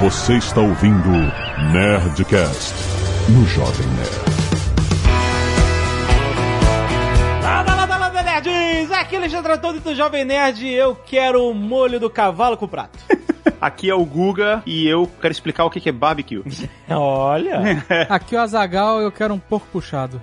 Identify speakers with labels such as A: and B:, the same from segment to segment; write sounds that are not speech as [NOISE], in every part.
A: Você está ouvindo Nerdcast no Jovem Nerd.
B: Lada, lada, lada, nerds! Aqui é Alexandre Antônio do Jovem Nerd e eu quero o molho do cavalo com prato.
C: Aqui é o Guga e eu quero explicar o que é barbecue.
B: Olha!
D: Aqui é o Azagal eu quero um porco puxado.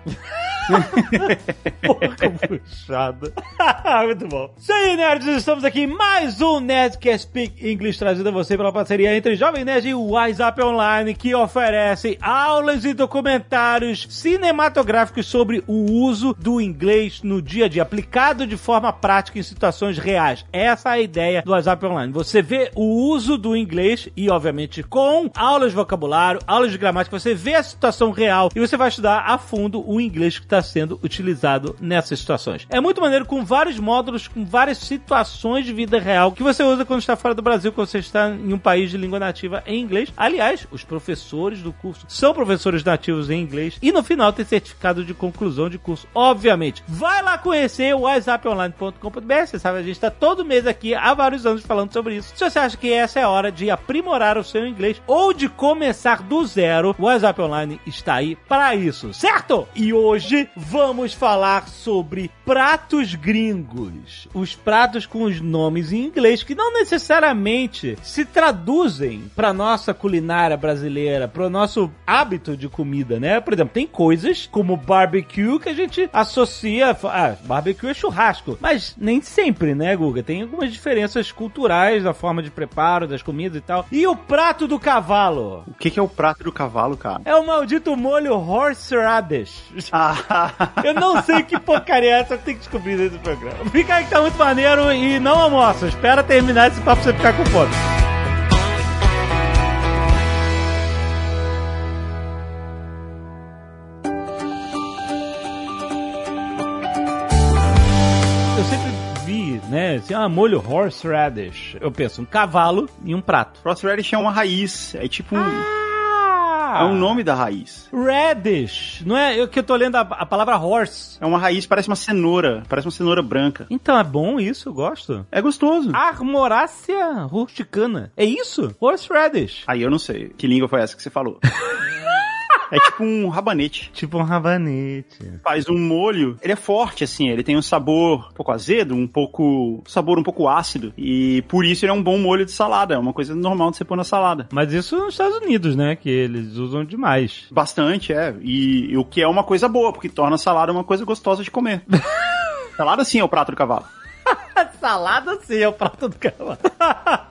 B: Porco puxado. [LAUGHS] Muito bom. Isso aí, nerds. Estamos aqui mais um Nerdcast Speak English trazido a você pela parceria entre Jovem Nerd e WhatsApp Online, que oferece aulas e documentários cinematográficos sobre o uso do inglês no dia a dia, aplicado de forma prática em situações reais. Essa é a ideia do WhatsApp Online. Você vê o uso do inglês e, obviamente, com aulas de vocabulário, aulas de gramática, você vê a situação real e você vai estudar a fundo o inglês que está sendo utilizado nessas situações. É muito maneiro com vários módulos, com várias situações de vida real que você usa quando está fora do Brasil, quando você está em um país de língua nativa em inglês. Aliás, os professores do curso são professores nativos em inglês e no final tem certificado de conclusão de curso, obviamente. Vai lá conhecer o whatsapponline.com.br, você sabe, a gente está todo mês aqui há vários anos falando sobre isso. Se você acha que essa é a hora de aprimorar o seu inglês ou de começar do zero, o WhatsApp Online está aí para isso, certo? E hoje vamos falar sobre pratos gringos. Os pratos com os nomes em inglês que não necessariamente se traduzem para nossa culinária brasileira, para o nosso hábito de comida, né? Por exemplo, tem coisas como barbecue que a gente associa, ah, barbecue é churrasco, mas nem sempre, né, Guga? Tem algumas diferenças culturais da forma de preparo das comidas e tal. E o prato do cavalo?
C: O que, que é o prato do cavalo, cara?
B: É o maldito molho horseradish. Ah, eu não sei que porcaria é essa, eu tenho que descobrir nesse programa. Fica aí que tá muito maneiro e não almoça. Espera terminar esse papo pra você ficar com fome. Eu sempre vi, né? Assim, ah, molho horseradish. Eu penso, um cavalo e um prato.
C: Horseradish é uma raiz. É tipo um. Ah. É o um nome da raiz.
B: Radish. Não é eu que eu tô lendo a, a, palavra horse.
C: É uma raiz, parece uma cenoura. Parece uma cenoura branca.
B: Então é bom isso, eu gosto.
C: É gostoso.
B: Armorácea rusticana. É isso? Horse radish.
C: Aí eu não sei. Que língua foi essa que você falou? É tipo um rabanete.
B: Tipo um rabanete.
C: Faz um molho. Ele é forte, assim. Ele tem um sabor um pouco azedo, um pouco. sabor um pouco ácido. E por isso ele é um bom molho de salada. É uma coisa normal de você pôr na salada.
B: Mas isso nos Estados Unidos, né? Que eles usam demais.
C: Bastante, é. E, e o que é uma coisa boa, porque torna a salada uma coisa gostosa de comer. salada sim é o prato do cavalo.
B: Salada sim é o prato do cavalo.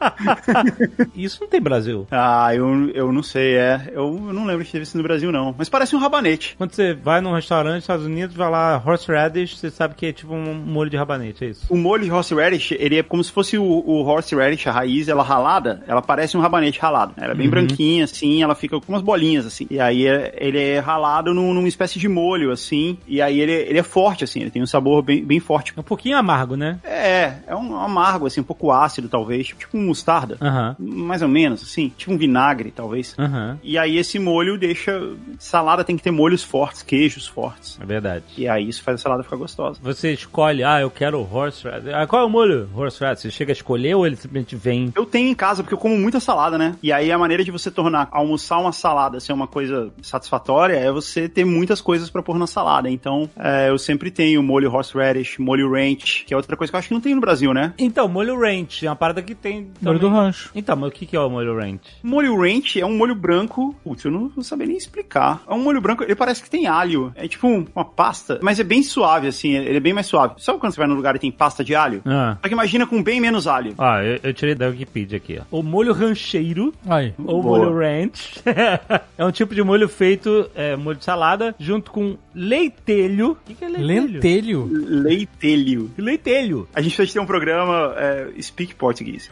B: [LAUGHS] Isso não tem Brasil.
C: Ah, eu, eu não sei, é. Eu, eu não lembro de ter visto no Brasil, não. Mas parece um rabanete.
B: Quando você vai num restaurante nos Estados Unidos, vai lá horseradish, você sabe que é tipo um molho de rabanete, é isso?
C: O molho de horseradish, ele é como se fosse o, o horseradish, a raiz, ela ralada, ela parece um rabanete ralado. Ela é bem uhum. branquinha, assim, ela fica com umas bolinhas, assim. E aí ele é ralado num, numa espécie de molho, assim. E aí ele, ele é forte, assim, ele tem um sabor bem, bem forte.
B: Um pouquinho amargo, né?
C: É, é um amargo, assim, um pouco ácido, talvez. Tipo um mostarda. Uhum. Mais ou menos, assim. Tipo um vinagre, talvez. Uhum. E aí esse molho deixa. Salada tem que ter molhos fortes, queijos fortes.
B: É verdade.
C: E aí isso faz a salada ficar gostosa.
B: Você escolhe, ah, eu quero horseradish. Ah, qual é o molho? Horseradish. Você chega a escolher ou ele simplesmente vem?
C: Eu tenho em casa, porque eu como muita salada, né? E aí a maneira de você tornar almoçar uma salada ser assim, uma coisa satisfatória é você ter muitas coisas pra pôr na salada. Então, é, eu sempre tenho molho horseradish, molho ranch, que é outra coisa que eu acho que não tem no Brasil, né?
B: Então, molho ranch é uma parada que tem.
D: Molho do rancho.
B: Então, mas o que é o molho ranch?
C: Molho ranch é um molho branco. Putz, eu não vou saber nem explicar. É um molho branco, ele parece que tem alho. É tipo uma pasta, mas é bem suave, assim. Ele é bem mais suave. Sabe quando você vai num lugar e tem pasta de alho? Ah. Só que imagina com bem menos alho.
B: Ah, eu, eu tirei da Wikipedia aqui, ó. O molho rancheiro,
D: Aí.
B: ou Boa. molho ranch, [LAUGHS] é um tipo de molho feito, é, molho de salada, junto com leitelho. O que, que é
D: leitelho?
C: Lentelho. Leitelho.
B: Leitelho. [LAUGHS]
C: A gente precisa ter um programa é, Speak Português.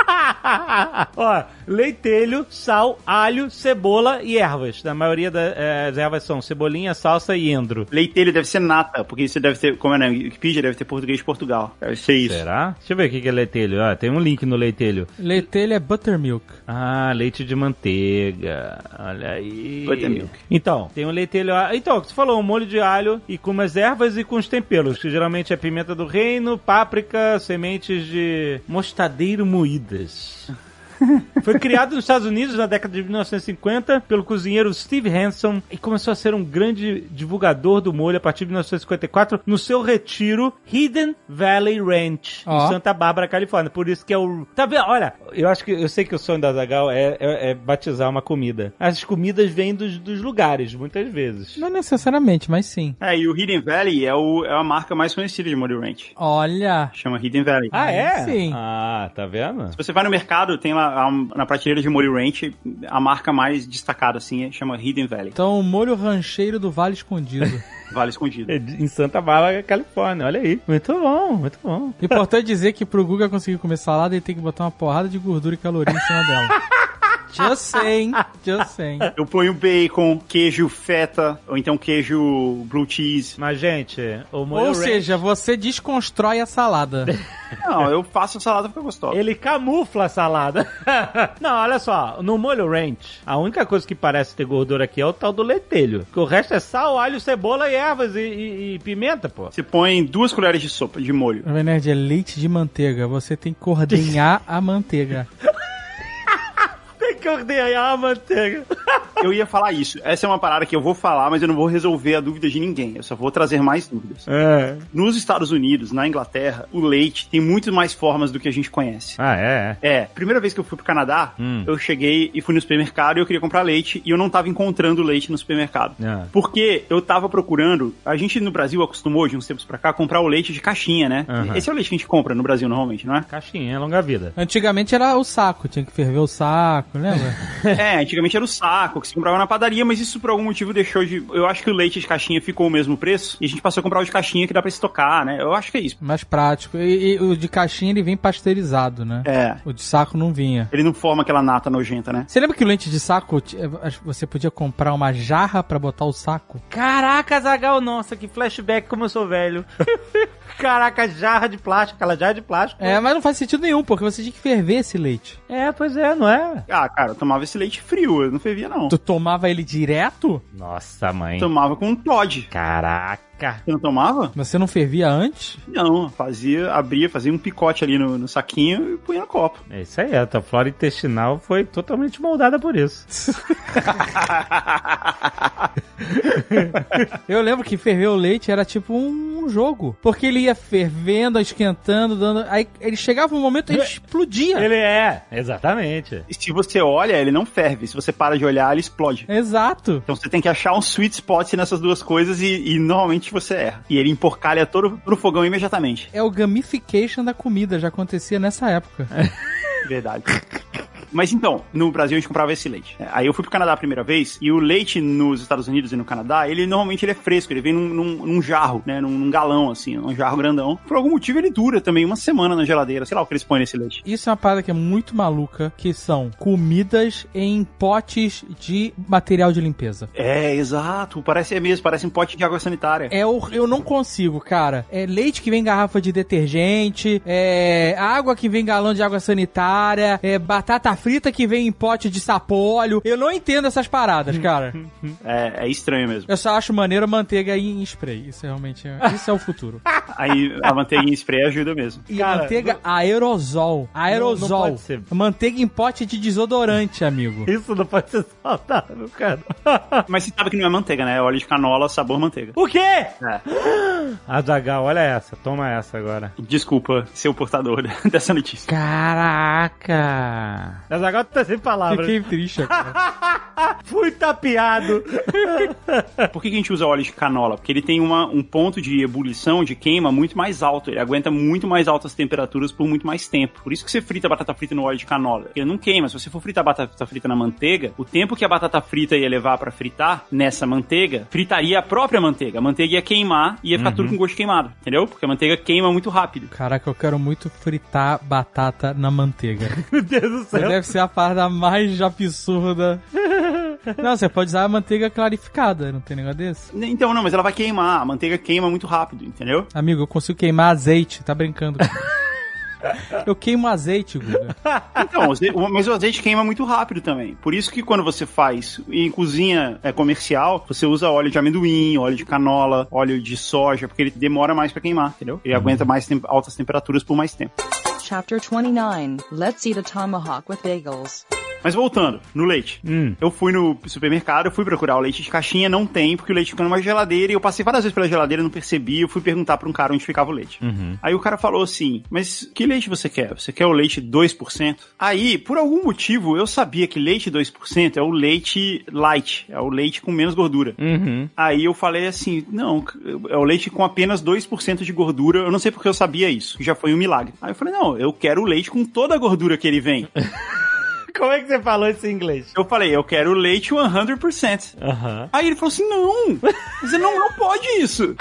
B: Ó, leitelho, sal, alho, cebola e ervas. Na maioria das é, ervas são cebolinha, salsa e endro.
C: Leitelho deve ser nata, porque isso deve ter, como é na Wikipedia, deve ter português de Portugal. Deve ser isso.
B: Será? Deixa eu ver o que é leitelho. Ah, tem um link no leitelho.
D: Leitelho é buttermilk.
B: Ah, leite de manteiga. Olha aí.
C: Buttermilk.
B: Então, tem um leitelho... Então, você falou, um molho de alho e com umas ervas e com os temperos, que geralmente é pimenta do reino, páprica, sementes de mostadeiro moídas. Foi criado nos Estados Unidos na década de 1950 pelo cozinheiro Steve Hanson e começou a ser um grande divulgador do molho a partir de 1954 no seu retiro Hidden Valley Ranch,
D: Ó.
B: em Santa Bárbara, Califórnia. Por isso que é o. Tá vendo? Olha, eu acho que eu sei que o sonho da Zagal é, é- é batizar uma comida. As comidas vêm dos, dos lugares, muitas vezes.
D: Não necessariamente, mas sim.
C: É, e o Hidden Valley é, o, é a marca mais conhecida de Molly Ranch.
D: Olha.
C: Chama Hidden Valley.
B: Ah, é?
D: Sim.
B: Ah, tá vendo?
C: Se você vai no mercado, tem lá a- na prateleira de Molly Ranch, a marca mais destacada, assim, é- chama Hidden Valley.
D: Então, o molho rancheiro do
B: [LAUGHS]
D: Vale Escondido.
C: Vale escondido.
B: É de- Em Santa Bárbara, Califórnia. Olha aí. Muito bom, muito bom.
D: Importante dizer que pro Guga conseguir comer salada, ele tem que botar uma porrada de gordura e caloria em
B: [LAUGHS]
D: cima dela. Just saying. Just saying.
C: Eu ponho bacon, queijo feta, ou então queijo blue cheese.
B: Mas, gente, o molho
D: Ou
B: ranch,
D: seja, você desconstrói a salada.
C: Não, eu faço a salada porque eu gostosa.
B: ele camufla a [LAUGHS] salada. Não, olha só, no molho ranch, a única coisa que parece ter gordura aqui é o tal do letelho. Porque o resto é sal, alho, cebola e ervas e, e- e pimenta, pô.
C: Você põe duas colheres de sopa de molho.
D: Jovem Nerd, é leite de manteiga. Você tem que ordenhar a
B: [LAUGHS]
D: manteiga.
B: Tem que ordenhar a manteiga.
C: Eu ia falar isso. Essa é uma parada que eu vou falar, mas eu não vou resolver a dúvida de ninguém. Eu só vou trazer mais dúvidas.
B: É.
C: Nos Estados Unidos, na Inglaterra, o leite tem muito mais formas do que a gente conhece.
B: Ah, é?
C: É, primeira vez que eu fui pro Canadá,
B: Hum.
C: eu cheguei e fui no supermercado e eu queria comprar leite e eu não tava encontrando leite no supermercado.
B: Ah.
C: Porque eu tava procurando, a gente no Brasil acostumou de uns tempos pra cá a comprar o leite de caixinha, né?
B: Aham.
C: Esse é o leite que a gente compra no Brasil
B: [LAUGHS]
C: normalmente, não é?
B: Caixinha, longa vida.
D: Antigamente era o saco, tinha que ferver o saco,
B: [LAUGHS]
D: lembra?
C: é, antigamente era o saco que se comprava na padaria, mas isso por algum motivo deixou de, eu acho que o leite de caixinha ficou o mesmo preço e a gente passou a comprar o de caixinha que dá pra estocar, né? Eu acho que é isso.
D: Mais prático. E, e o de caixinha ele vem pasteurizado, né?
C: É,
D: O de saco não vinha.
C: ele não forma aquela nata nojenta, né?
D: Você lembra que o leite de saco t- eh, acho que você podia comprar uma jarra pra botar o saco?
B: Caraca, Zagal, nossa, que flashback como eu sou velho. [LAUGHS] Caraca, jarra de plástico, aquela jarra de plástico.
D: É, mas não faz sentido nenhum, porque você tinha que ferver esse leite.
B: é pois é, não é?
C: Ah, cara, eu tomava esse leite frio, eu não fervia não.
D: Tu tomava ele direto?
B: Nossa, mãe.
C: Eu tomava com um Todd.
B: Caraca.
C: Você não tomava?
D: Você não fervia antes?
C: Não, fazia, abria, fazia um picote ali no, no saquinho e punha no copo.
B: É isso aí, a tua flora intestinal foi totalmente moldada por isso.
D: Eu lembro que ferver o leite era tipo um jogo. Porque ele ia fervendo, esquentando, dando. Aí ele chegava um momento e explodia.
B: Ele é, exatamente.
C: E se você olha, ele não ferve. Se você para de olhar, ele explode.
D: Exato.
C: Então você tem que achar um sweet spot nessas duas coisas e, e normalmente você erra. E ele emporcalha todo pro fogão imediatamente.
D: É o gamification da comida, já acontecia nessa época.
C: Verdade. Mas então, no Brasil a gente comprava esse leite. É, Aí eu fui pro Canadá a primeira vez, e o leite nos Estados Unidos e no Canadá, ele normalmente ele é fresco, ele vem num, num- num jarro, né? Num, num galão, assim, um jarro grandão. Por algum motivo ele dura também uma semana na geladeira. Sei lá o que eles põem nesse leite.
D: Isso é uma parada que é muito maluca, que são comidas em potes de material de limpeza.
C: É, exato. Parece é mesmo, parece um pote de água sanitária.
D: É o, eu não consigo, cara. É leite que vem em garrafa de detergente, é água que vem em galão de água sanitária, é batata frita que vem em pote de sapólio. Eu não entendo essas
B: Hum.
D: paradas, cara.
C: É, é estranho mesmo.
D: Eu só acho maneiro manteiga em spray. Isso é realmente é- isso é
B: [LAUGHS]
D: o futuro.
C: Aí a manteiga em spray ajuda mesmo.
D: E
B: Cara,
D: manteiga aerosol.
B: Não-
D: Aerosol.
B: não pode ser.
D: Manteiga em pote de desodorante, amigo.
B: Isso não pode ser saudável, cara.
C: Mas você sabe que não é manteiga, né? É óleo de canola, sabor manteiga.
B: O quê?
C: É.
B: Azagal, olha essa, toma essa agora.
C: Desculpa ser o portador [LAUGHS] dessa notícia.
D: Caraca!
B: Azagal tá sem palavras.
D: Fiquei triste, cara.
B: Fui tapeado.
C: Por que que a gente usa óleo de canola? Porque ele tem uma- um ponto de ebulição, de queima muito mais alto. Ele aguenta muito mais altas temperaturas por muito mais tempo. Por isso que você frita a batata frita no óleo de canola. Ele não queima. Se você for fritar a batata frita na manteiga, o tempo que a batata frita ia levar pra fritar nessa manteiga, fritaria a própria manteiga. A manteiga ia queimar e ia ficar tudo com gosto queimado, entendeu? Porque a manteiga queima muito rápido.
D: Caraca, eu quero muito fritar batata na manteiga.
B: Meu Deus do
D: Isso
B: céu.
D: deve ser a parada mais absurda. Não, você pode usar a manteiga clarificada, não tem negócio desse?
C: Então, não, mas ela vai queimar. A manteiga queima muito rápido, entendeu?
D: Amigo, eu consigo queimar azeite, tá brincando. cara. Eu queimo azeite, Guga.
C: Então, o aze- o- mas o azeite queima muito rápido também. Por isso que quando você faz em cozinha é, comercial, você usa óleo de amendoim, óleo de canola, óleo de soja, porque ele demora mais pra queimar, entendeu? Ele aguenta mais tem- altas temperaturas por mais tempo.
E: Chapter 29 Let's Eat a Tomahawk with Bagels.
C: Mas voltando, no leite.
B: Hum.
C: Eu fui no supermercado, eu fui procurar o leite de caixinha, não tem, porque o leite fica numa geladeira, e eu passei várias vezes pela geladeira, não percebi, eu fui perguntar pra um cara onde ficava o leite.
B: Uhum.
C: Aí o cara falou assim, mas que leite você quer? Você quer o leite 2%? Aí, por algum motivo, eu sabia que leite 2% é o leite light, é o leite com menos gordura.
B: Uhum.
C: Aí eu falei assim, não, é o leite com apenas 2% de gordura, eu não sei porque eu sabia isso, já foi um milagre. Aí eu falei, não, eu quero o leite com toda a gordura que ele vem.
B: Como é que você falou isso em inglês?
C: Eu falei, eu quero o leite 100%.
B: Aham.
C: Aí ele falou assim: não, você não, não pode
B: [LAUGHS]
C: isso.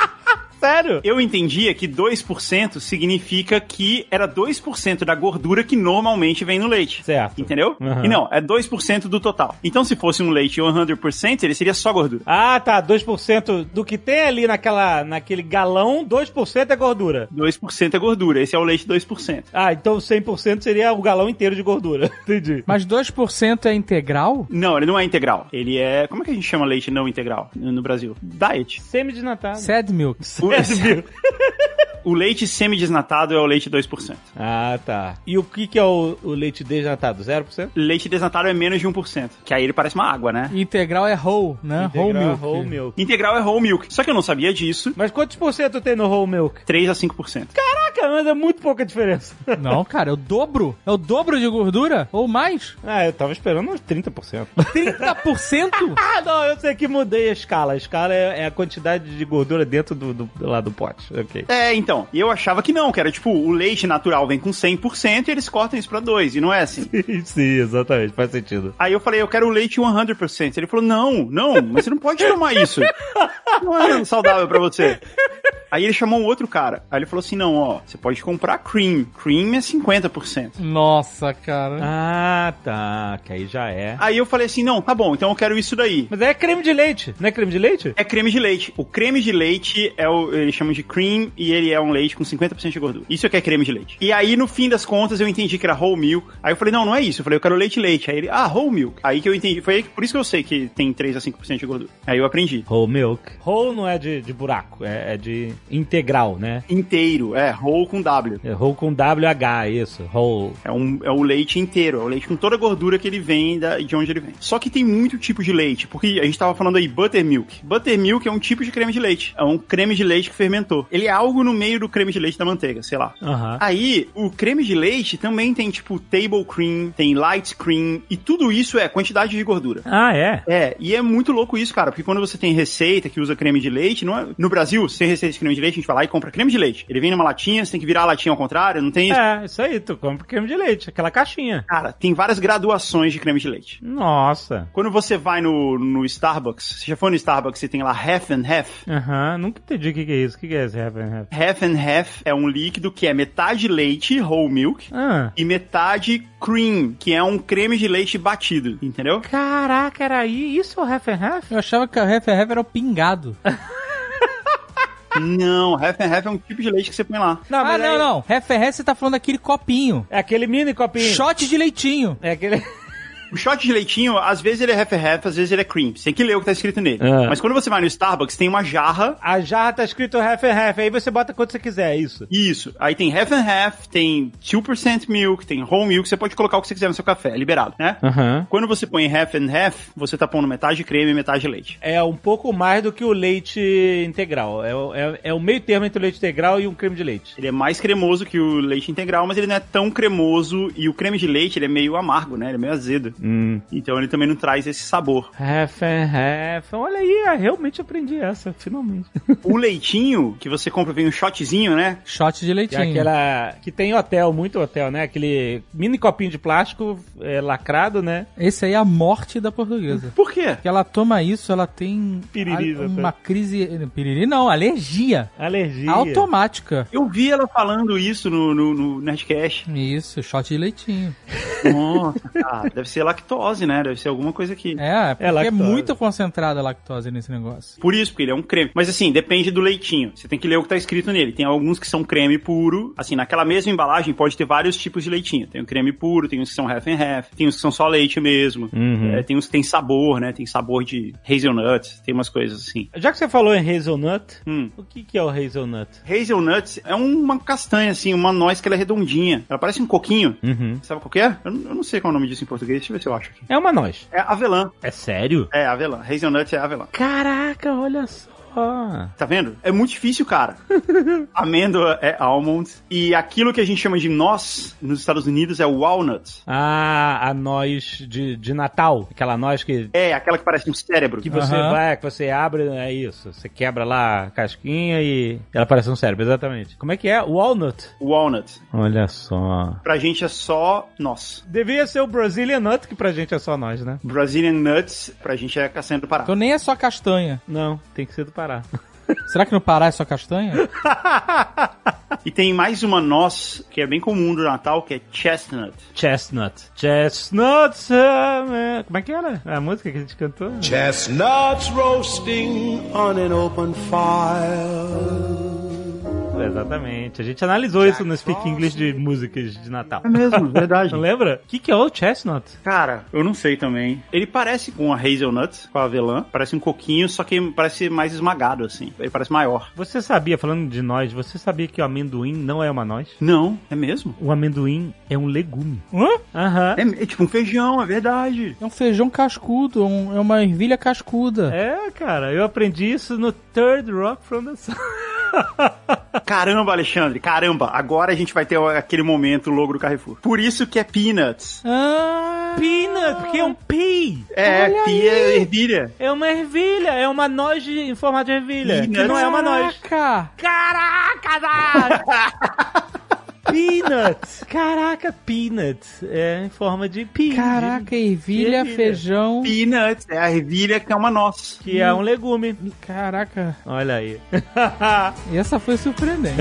B: Sério?
C: Eu entendia que 2% significa que era 2% da gordura que normalmente vem no leite.
B: Certo.
C: Entendeu?
B: Aham.
C: E não, é 2% do total. Então, se fosse um leite 100%, ele seria só gordura.
B: Ah, tá. 2% do que tem ali naquela, naquele galão, 2% é gordura.
C: 2% é gordura, esse é o leite 2%.
B: Ah, então 100% seria o galão inteiro de gordura. [LAUGHS] Entendi.
D: Mas 2% é integral?
C: Não, ele não é integral. Ele é. Como é que a gente chama leite não integral no Brasil? Diet.
B: Semi-desnatado.
D: Sad milk.
B: Sério?
C: [LAUGHS] O leite semidesnatado é o leite 2%.
B: Ah, tá. E o que, que é o, o leite desnatado? 0%?
C: Leite desnatado é menos de 1%. Que aí ele parece uma água, né?
D: Integral é whole, né? whole
B: Integral,
D: milk.
B: Whole milk.
C: Integral é whole milk. Só que eu não sabia disso.
B: Mas quantos por cento tem no whole milk?
C: 3 a 5%.
B: Caraca, mas é muito pouca diferença.
D: Não, cara, é o dobro. É o dobro de gordura ou mais?
B: Ah, eu tava esperando uns 30%.
D: 30%?
B: Ah, não, eu sei que mudei a escala. A escala é, é a quantidade de gordura dentro do, do, lá do pote. Ok. [LAUGHS]
C: É, então. E eu achava que não, que era tipo, o leite natural vem com 100% e eles cortam isso pra 2, e não é assim.
B: Sim, exatamente, faz sentido.
C: Aí eu falei, eu quero o leite 100%. Ele falou, não, não, mas você não pode tomar isso. Não é saudável pra você. Aí ele chamou um outro cara. Aí ele falou assim, não, ó, você pode comprar cream. Cream é 50%.
D: Nossa, cara.
B: Ah, tá. Que aí já é.
C: Aí eu falei assim, não, tá bom, então eu quero isso daí.
B: Mas é creme de leite, não é creme de leite?
C: É creme de leite. O creme de leite é o. Eles chamam de cream e ele é um leite com 50% de gordura. Isso é que é creme de leite. E aí, no fim das contas, eu entendi que era whole milk. Aí eu falei, não, não é isso. Eu falei, eu quero leite leite. Aí ele, ah, whole milk. Aí que eu entendi. Foi aí que- por isso que eu sei que tem 3 a 5% de gordura. Aí eu aprendi.
B: Whole milk. Whole não é de, de buraco, é, é de integral, né?
C: Inteiro, é, whole com W.
B: É whole com WH, isso. Whole.
C: É, um, é o leite inteiro, é o leite com toda a gordura que ele vem da, de onde ele vem. Só que tem muito tipo de leite, porque a gente tava falando aí buttermilk. Buttermilk é um tipo de creme de leite. É um creme de leite que fermentou. Ele é algo no meio do creme de leite da manteiga, sei lá.
B: Aham.
C: Aí, o creme de leite também tem, tipo, table cream, tem light cream, e tudo isso é quantidade de gordura.
B: Ah, é?
C: É, e é muito louco isso, cara, porque quando você tem receita que usa creme de leite, não é... no Brasil, sem receita de creme de leite, a gente vai lá e compra creme de leite. Ele vem numa latinha, você tem que virar a latinha ao contrário, não tem isso.
B: É, isso aí, tu compra creme de leite, aquela caixinha.
C: Cara, tem várias graduações de creme de leite.
B: Nossa.
C: Quando você vai no, no Starbucks, você já foi no Starbucks e tem lá half and half?
B: Aham, nunca entendi o que, que é isso. O que, que é esse half and half?
C: Half and half é um líquido que é metade leite, whole milk,
B: Ah.
C: e metade cream, que é um creme de leite batido, entendeu?
B: Caraca, era aí. Isso é o half and half?
D: Eu achava que o ref era o pingado.
C: Não, half and half é um tipo de leite que você põe lá.
B: [LAUGHS] Não,
D: ah, não, não. Ref você tá falando daquele copinho.
B: É aquele mini copinho.
D: Shot de leitinho.
B: É aquele.
C: O shot de leitinho, às vezes ele é half and half, às vezes ele é cream. Você tem que ler o que tá escrito nele.
B: Ah.
C: Mas quando você vai no Starbucks, tem uma jarra.
B: A jarra tá escrito half and half. Aí você bota quanto você quiser, é isso.
C: Isso. Aí tem half and half, tem 2% milk, tem whole milk. Você pode colocar o que você quiser no seu café, é liberado, né?
B: Aham.
C: Quando você põe half and half, você tá pondo metade creme e metade leite.
B: É um pouco mais do que o leite integral. É, o- é, é o meio termo entre o leite integral e um creme de leite.
C: Ele é mais cremoso que o leite integral, mas ele não é tão cremoso. E o creme de leite, ele é meio amargo, né? Ele é meio azedo.
B: Hum.
C: Então ele também não traz esse sabor.
B: Half and half. Olha aí, eu realmente aprendi essa, finalmente.
C: O leitinho, que você compra, vem um shotzinho, né?
D: Shot de
B: Que
D: leitinho.
B: é aquela. Que tem em hotel, muito hotel, né? Aquele mini copinho de plástico é, lacrado, né?
D: Esse aí é a morte da portuguesa.
C: Por quê?
D: Que ela toma isso, ela tem
B: Piriri,
D: a- uma crise. Piriri não, alergia.
B: Alergia.
D: Automática.
C: Eu vi ela falando isso no, no, no Nerdcast.
D: Isso, shot de leitinho.
C: Nossa, cara, deve ser lactose, né? Deve ser alguma coisa que.
D: É, porque é,
B: lactose.
D: muito concentrada a lactose nesse negócio.
C: Por isso, porque ele é um creme. Mas assim, depende do leitinho. Você tem que ler o que tá escrito nele. Tem alguns que são creme puro. Assim, naquela mesma embalagem pode ter vários tipos de leitinho. Tem o creme puro, tem uns que são half and half, tem uns que são só leite mesmo.
B: Uhum.
C: É, tem uns que tem sabor, né? Tem sabor de hazelnuts, tem umas coisas assim.
B: Já que você falou em hazelnut,
C: Hum.
B: o que, que é o hazelnut?
C: Hazelnuts é uma castanha, assim, uma noz que ela é redondinha. Ela parece um coquinho.
B: Uhum.
C: Sabe qual que é? Eu, não- eu não sei qual é o nome disso em português, deixa eu ver se eu acho aqui.
B: É uma noz.
C: É avelã.
B: É sério?
C: É, avelã. Hazelnut é avelã.
B: Caraca, olha só.
C: Tá vendo? É muito difícil, [LAUGHS] cara. Amêndoa é almond. E aquilo que a gente chama de noz nos Estados Unidos é walnut.
B: Ah, a noz de, de Natal. Aquela noz que,
C: É, aquela que parece um cérebro.
B: que você
D: Aham.
B: vai, que você abre, é isso. Você quebra lá a casquinha e ela parece um cérebro, exatamente. Como é que é? Walnut.
C: Walnut.
B: Olha só.
C: Pra gente é só noz.
B: Devia ser o Brazilian Nut, que pra gente é só nós, né?
C: Brazilian nuts, pra gente é castanha do Pará.
D: Então nem é só castanha.
B: Não, tem que ser do Pará.
D: Será que no Pará é só castanha?
C: E tem mais uma noz que é bem comum do Natal, que é chestnut.
B: [LAUGHS] Chestnut. Chestnut. summer. Como é que era? A música que a gente cantou?
F: Chestnuts roasting on an open fire.
B: Exatamente. A gente analisou isso no Speak English de músicas de Natal.
C: É mesmo, verdade.
B: Não lembra? O que, que é o chestnut?
C: [LAUGHS] Cara, eu não sei também. Ele parece com a hazelnut, com a avelã. Parece um coquinho, só que parece mais esmagado, assim. Ele parece maior.
B: Você sabia, falando de nós, você sabia que o amendoim não é uma noz?
C: Não, é mesmo?
B: O amendoim é um legume.
D: Hã?
B: Aham.
C: É, é tipo um feijão, é verdade.
D: É um feijão cascudo, um- é uma ervilha cascuda.
B: É, cara, eu aprendi isso no Third Rock from the Sun.
C: Caramba, Alexandre, caramba. Agora a gente vai ter aquele momento logo do Carrefour. Por isso que é peanuts.
D: Ah,
B: Peanut, porque é um pea.
C: É,
D: Olha
C: pia é ervilha.
B: É uma ervilha, é uma noz de- em formato de ervilha.
C: Peanut.
B: Que não é uma noz.
D: Caraca!
B: Caraca, Nath! Peanut! Caraca, peanut. É em forma de pea. de-
D: Caraca, ervilha,
B: ervilha.
D: feijão.
C: Peanuts é a ervilha que é uma noz.
B: Que é um legume.
D: Caraca,
B: Olha aí.
D: essa foi surpreendente.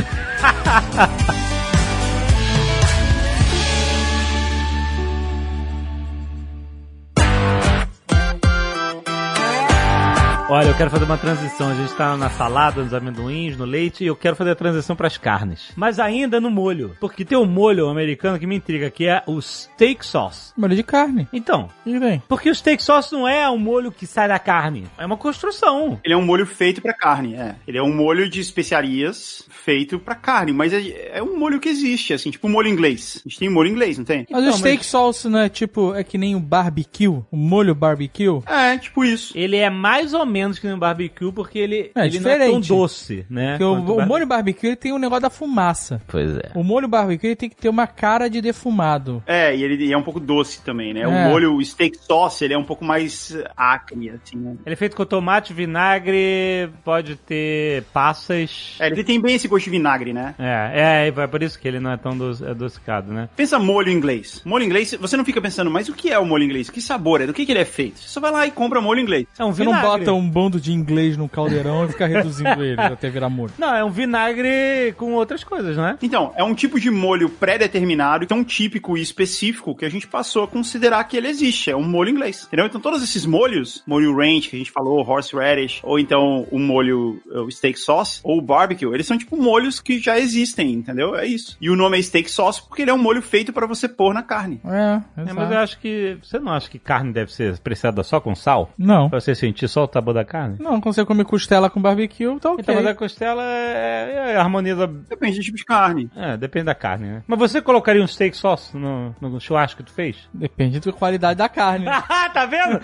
B: Olha, eu quero fazer uma transição. A gente tá na salada, nos amendoins, no leite, e eu quero fazer a transição pras carnes. Mas ainda no molho. Porque tem um molho americano que me intriga, que é o steak sauce.
D: Molho de carne.
B: Então,
D: E bem?
B: porque o steak sauce não é um molho que sai da carne. É uma construção.
C: Ele é um molho feito pra carne, é. Ele é um molho de especiarias feito pra carne, mas é, é um molho que existe, assim, tipo um molho inglês. A gente tem molho inglês, não
B: Então,
C: tem?
D: Mas o steak sauce não é tipo, é que nem o barbecue, o molho barbecue?
C: É, tipo isso.
B: Ele é mais ou menos que no barbecue, porque ele,
D: É,
B: ele não é tão
D: diferente.
B: doce, né?
D: Porque o,
B: quanto
D: o
B: bar-
D: molho barbecue ele tem um negócio da fumaça.
B: Pois é.
D: O molho barbecue ele tem que ter uma cara de defumado.
C: É, e ele é um pouco doce também, né?
D: É.
C: O molho o steak sauce, ele é um pouco mais acre, assim, né?
B: Ele é feito com tomate, vinagre, pode ter passas.
C: É, ele tem bem esse gosto de vinagre, né?
B: É, é, é por isso que ele não é tão doce- adocicado, né?
C: Pensa molho inglês. Molho inglês, você não fica pensando, mas o que é o molho inglês? Que sabor é? Do que, que ele é feito? Você só vai lá e compra molho inglês.
B: É um
D: Você não bota um bando de inglês num caldeirão e fica reduzindo ele até virar molho.
B: Não, é um vinagre com outras coisas, né?
C: Então, é um tipo de molho pré-determinado, tão típico e específico, que a gente passou a considerar que ele existe. É um molho inglês, entendeu? Então, todos esses molhos, molho ranch, que a gente falou, horseradish, ou então o molho o steak sauce, ou o barbecue, eles são tipo molhos que já existem, entendeu? É isso. E o nome é steak sauce porque ele é um molho feito pra você pôr na carne.
D: É,
B: É,
D: exato.
B: mas eu acho que. Você não acha que carne deve ser apreciada só com sal?
D: Não.
B: Pra você sentir só o sabor da carne?
D: Não, quando você come costela com barbecue, tá ok.
B: Então, mas a costela é, é- harmoniza.
C: Depende do tipo de carne.
B: É, depende da carne, né? Mas você colocaria um steak sauce no, no churrasco que tu [LAUGHS] fez?
D: Depende da qualidade da
B: [LAUGHS]
D: carne.
B: tá vendo?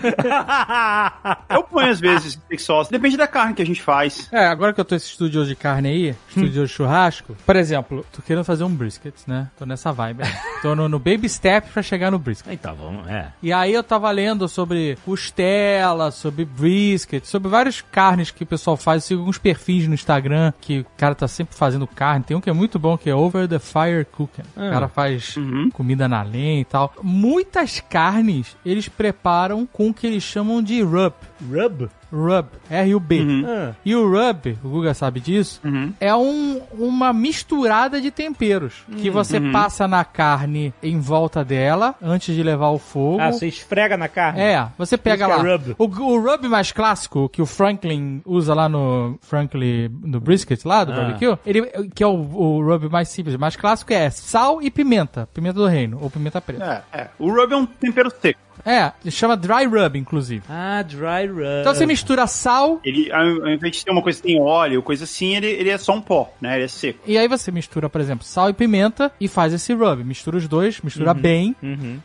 C: Eu ponho às vezes steak sauce, depende da carne que a gente faz.
D: É, agora que eu tô esse estúdio de carne aí, estúdio de churrasco, por exemplo, tô querendo fazer um brisket, né? Tô nessa vibe. aí. tô no, no baby step pra chegar no brisket.
B: então, vamos, é.
D: E aí eu tava lendo sobre costela, sobre brisket, sobre várias carnes que o pessoal faz. Eu sigo alguns perfis no Instagram que o cara tá sempre fazendo carne. Tem um que é muito bom, que é Over the Fire Cooking. O cara faz comida na lenha e tal. Muitas carnes eles preparam com o que eles chamam de rub.
B: Rub?
D: Rub, R-U-B.
B: Ah,
D: E o rub, o Guga sabe disso,
B: Uhum.
D: é um, uma misturada de temperos
B: Uhum.
D: que você passa na carne em volta dela antes de levar ao fogo.
B: Ah, você esfrega na carne?
D: É, você pega
B: Isso
D: lá.
B: que é rub.
D: O, o rub mais clássico que o Franklin usa lá no Franklin do brisket lá do
B: Ah.
D: barbecue, ele que é o, o rub mais simples, mais clássico é sal e pimenta, pimenta do reino ou pimenta preta.
C: É, é. O rub é um tempero seco.
D: É, ele chama dry rub inclusive.
B: Ah, dry rub.
D: Então você mistura sal
C: Ele, ao ao invés de ser uma coisa que tem óleo, coisa assim, ele, ele é só um pó, né? Ele é seco.
D: E aí você mistura, por exemplo, sal e pimenta e faz esse rub. Mistura os dois, mistura bem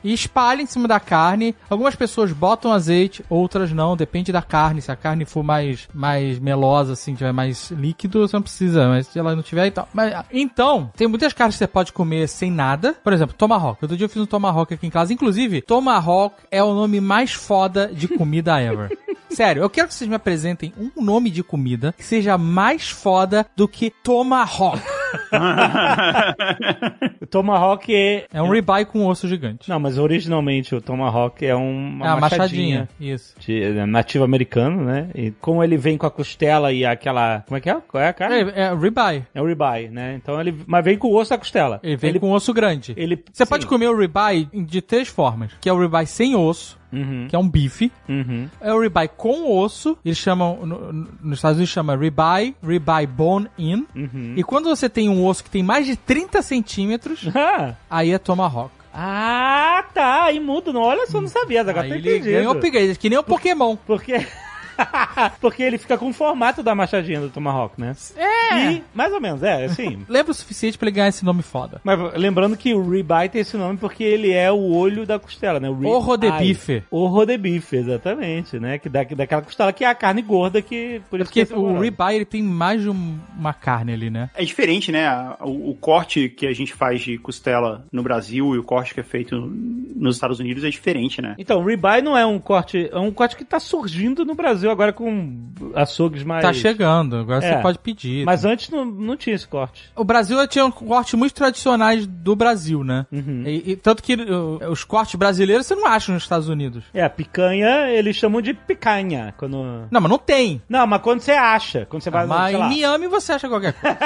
D: e espalha em cima da carne. Algumas pessoas botam azeite, outras não, depende da carne. Se a carne for mais, mais melosa, assim, tiver mais líquido, você não precisa, mas se ela não tiver e tal. Mas, ah, então, tem muitas carnes que você pode comer sem nada. Por exemplo, tomahawk. Outro dia eu fiz um tomahawk aqui em casa. Inclusive, tomahawk é o nome mais foda de comida [LAUGHS] ever. Sério, eu quero que vocês me apresentem um nome de comida que seja mais foda do que tomahawk.
B: O Tomahawk é...
D: É um ribeye com osso gigante.
B: Não, mas originalmente o Tomahawk é um- uma
D: ah,
B: machadinha.
D: machadinha. Isso.
B: de- é nativo americano, né? E como ele vem com a costela e aquela... Como é que é? Qual é a
D: É,
B: carne?
D: é ribeye.
B: É o ribeye, né? Então ele... Mas vem com o osso da costela.
D: Ele vem com osso grande.
B: ele-
D: Você
B: sim.
D: pode comer o ribeye de três formas. Que é o ribeye sem osso,
B: Uhum,
D: que é um bife.
B: uhum.
D: É o ribeye com osso. Eles chamam... no- no- nos Estados Unidos chama ribeye, ribeye bone in.
B: Uhum.
D: E quando você tem um osso que tem mais de 30
B: [LAUGHS]
D: centímetros,
B: Ah,
D: aí é tomahawk.
B: ah, tá. Aí muda. Não, olha só, não sabia. Agora
D: Aí
B: tô
D: ele
B: entendido.
D: ganhou upgrade, que nem o Pokémon.
B: Porque... [LAUGHS] Porque ele fica com o formato da machadinha do Tomahawk, né? É! E, mais ou menos, é, assim...
D: Lembra o suficiente pra ele ganhar esse nome foda.
B: Mas lembrando que o ribeye tem esse nome porque ele é o olho da costela, né? O rib
D: Orro de
B: eye.
D: bife.
B: Orro de bife, exatamente, né? Que da, daquela costela que é a carne gorda que... Por isso
D: Porque
B: que é
D: o
B: saborosa.
D: ribeye, ele tem mais de um- uma carne ali, né?
C: É diferente, né? A- O, o corte que a gente faz de costela no Brasil e o corte que é feito nos Estados Unidos é diferente, né?
B: Então, o ribeye não é um corte... É um corte que tá surgindo no Brasil agora com açougues mais...
D: Tá chegando, agora
B: É.
D: você pode pedir.
B: Mas antes não, não tinha esse corte.
D: O Brasil tinha um corte muito tradicionais do Brasil, né?
B: Uhum.
D: E- e tanto que uh, os cortes brasileiros você não acha nos Estados Unidos.
B: É, a picanha, eles chamam de picanha. Quando...
D: Não, mas não tem.
B: Não, mas quando você acha, quando você vai,
D: Ah, mas
B: sei lá...
D: em Miami você acha qualquer coisa.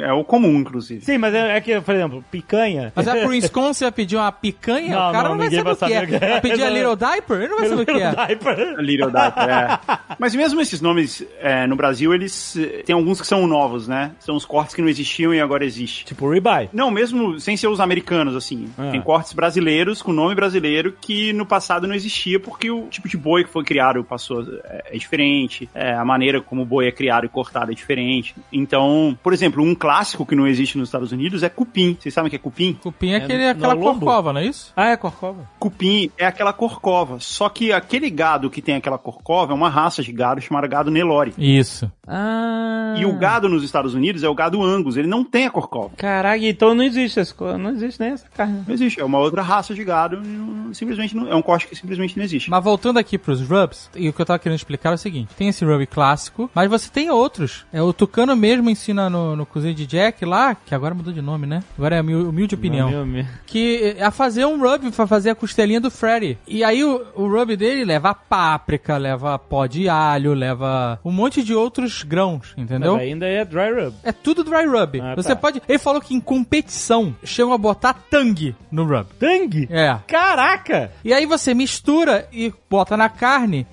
C: É o comum, inclusive.
B: Sim, mas é, é que, por exemplo, picanha...
D: Mas
B: [LAUGHS]
D: é pro Wisconsin você vai pedir uma picanha,
B: Não,
D: o cara
B: não,
D: não, vai
B: ninguém
D: saber o
B: vai
D: que
B: saber
D: é.
B: o que é.
D: Vai pedir a
B: [LAUGHS] Não.
D: Little Diaper, ele não vai saber o que é.
B: Diaper.
C: Little Diaper, é. [LAUGHS] Mas mesmo esses nomes é, no Brasil, eles eh, tem alguns que são novos, né? São os cortes que não existiam e agora existe.
B: Tipo ribeye.
C: Não, mesmo sem ser os americanos, assim.
B: Ah.
C: Tem cortes brasileiros com nome brasileiro que no passado não existia porque o tipo de boi que foi criado passou é, é diferente, é, a maneira como o boi é criado e cortado é diferente. Então, por exemplo, um clássico que não existe nos Estados Unidos é cupim. Vocês sabem o que é cupim?
D: Cupim é, aquele,
B: não,
D: aquela
B: lombo.
D: corcova, não é isso?
B: Ah, é corcova.
C: Cupim é aquela corcova, só que aquele gado que tem aquela corcova é uma raça de gado chamada gado Nelore.
D: Isso.
B: Ah.
C: E o gado nos Estados Unidos é o gado Angus, ele não tem a corcova.
B: Caralho, então não existe essa coisa. Não existe nem essa carne.
C: Não existe, é uma outra raça de gado, não- simplesmente não, é um corte que simplesmente não existe.
D: Mas voltando aqui pros rubs, e o que eu tava querendo explicar é o seguinte: tem esse rub clássico, mas você tem outros. É, o Tucano mesmo ensina no, no Cozinha de Jack lá, que agora mudou de nome, né? Agora é humil- humilde opinião.
B: Meu, meu.
D: que é a fazer um rub, pra fazer a costelinha do Freddy. E aí o, o rub dele leva páprica, leva pó de alho, leva um monte de outros grãos, entendeu?
B: Mas ainda é dry rub.
D: É tudo dry rub.
B: Ah,
D: Você
B: tá.
D: pode. Ele falou que em competição chegam a botar tangue no rub.
B: Tangue?
D: É.
B: Caraca!
D: E aí você mistura e bota na carne.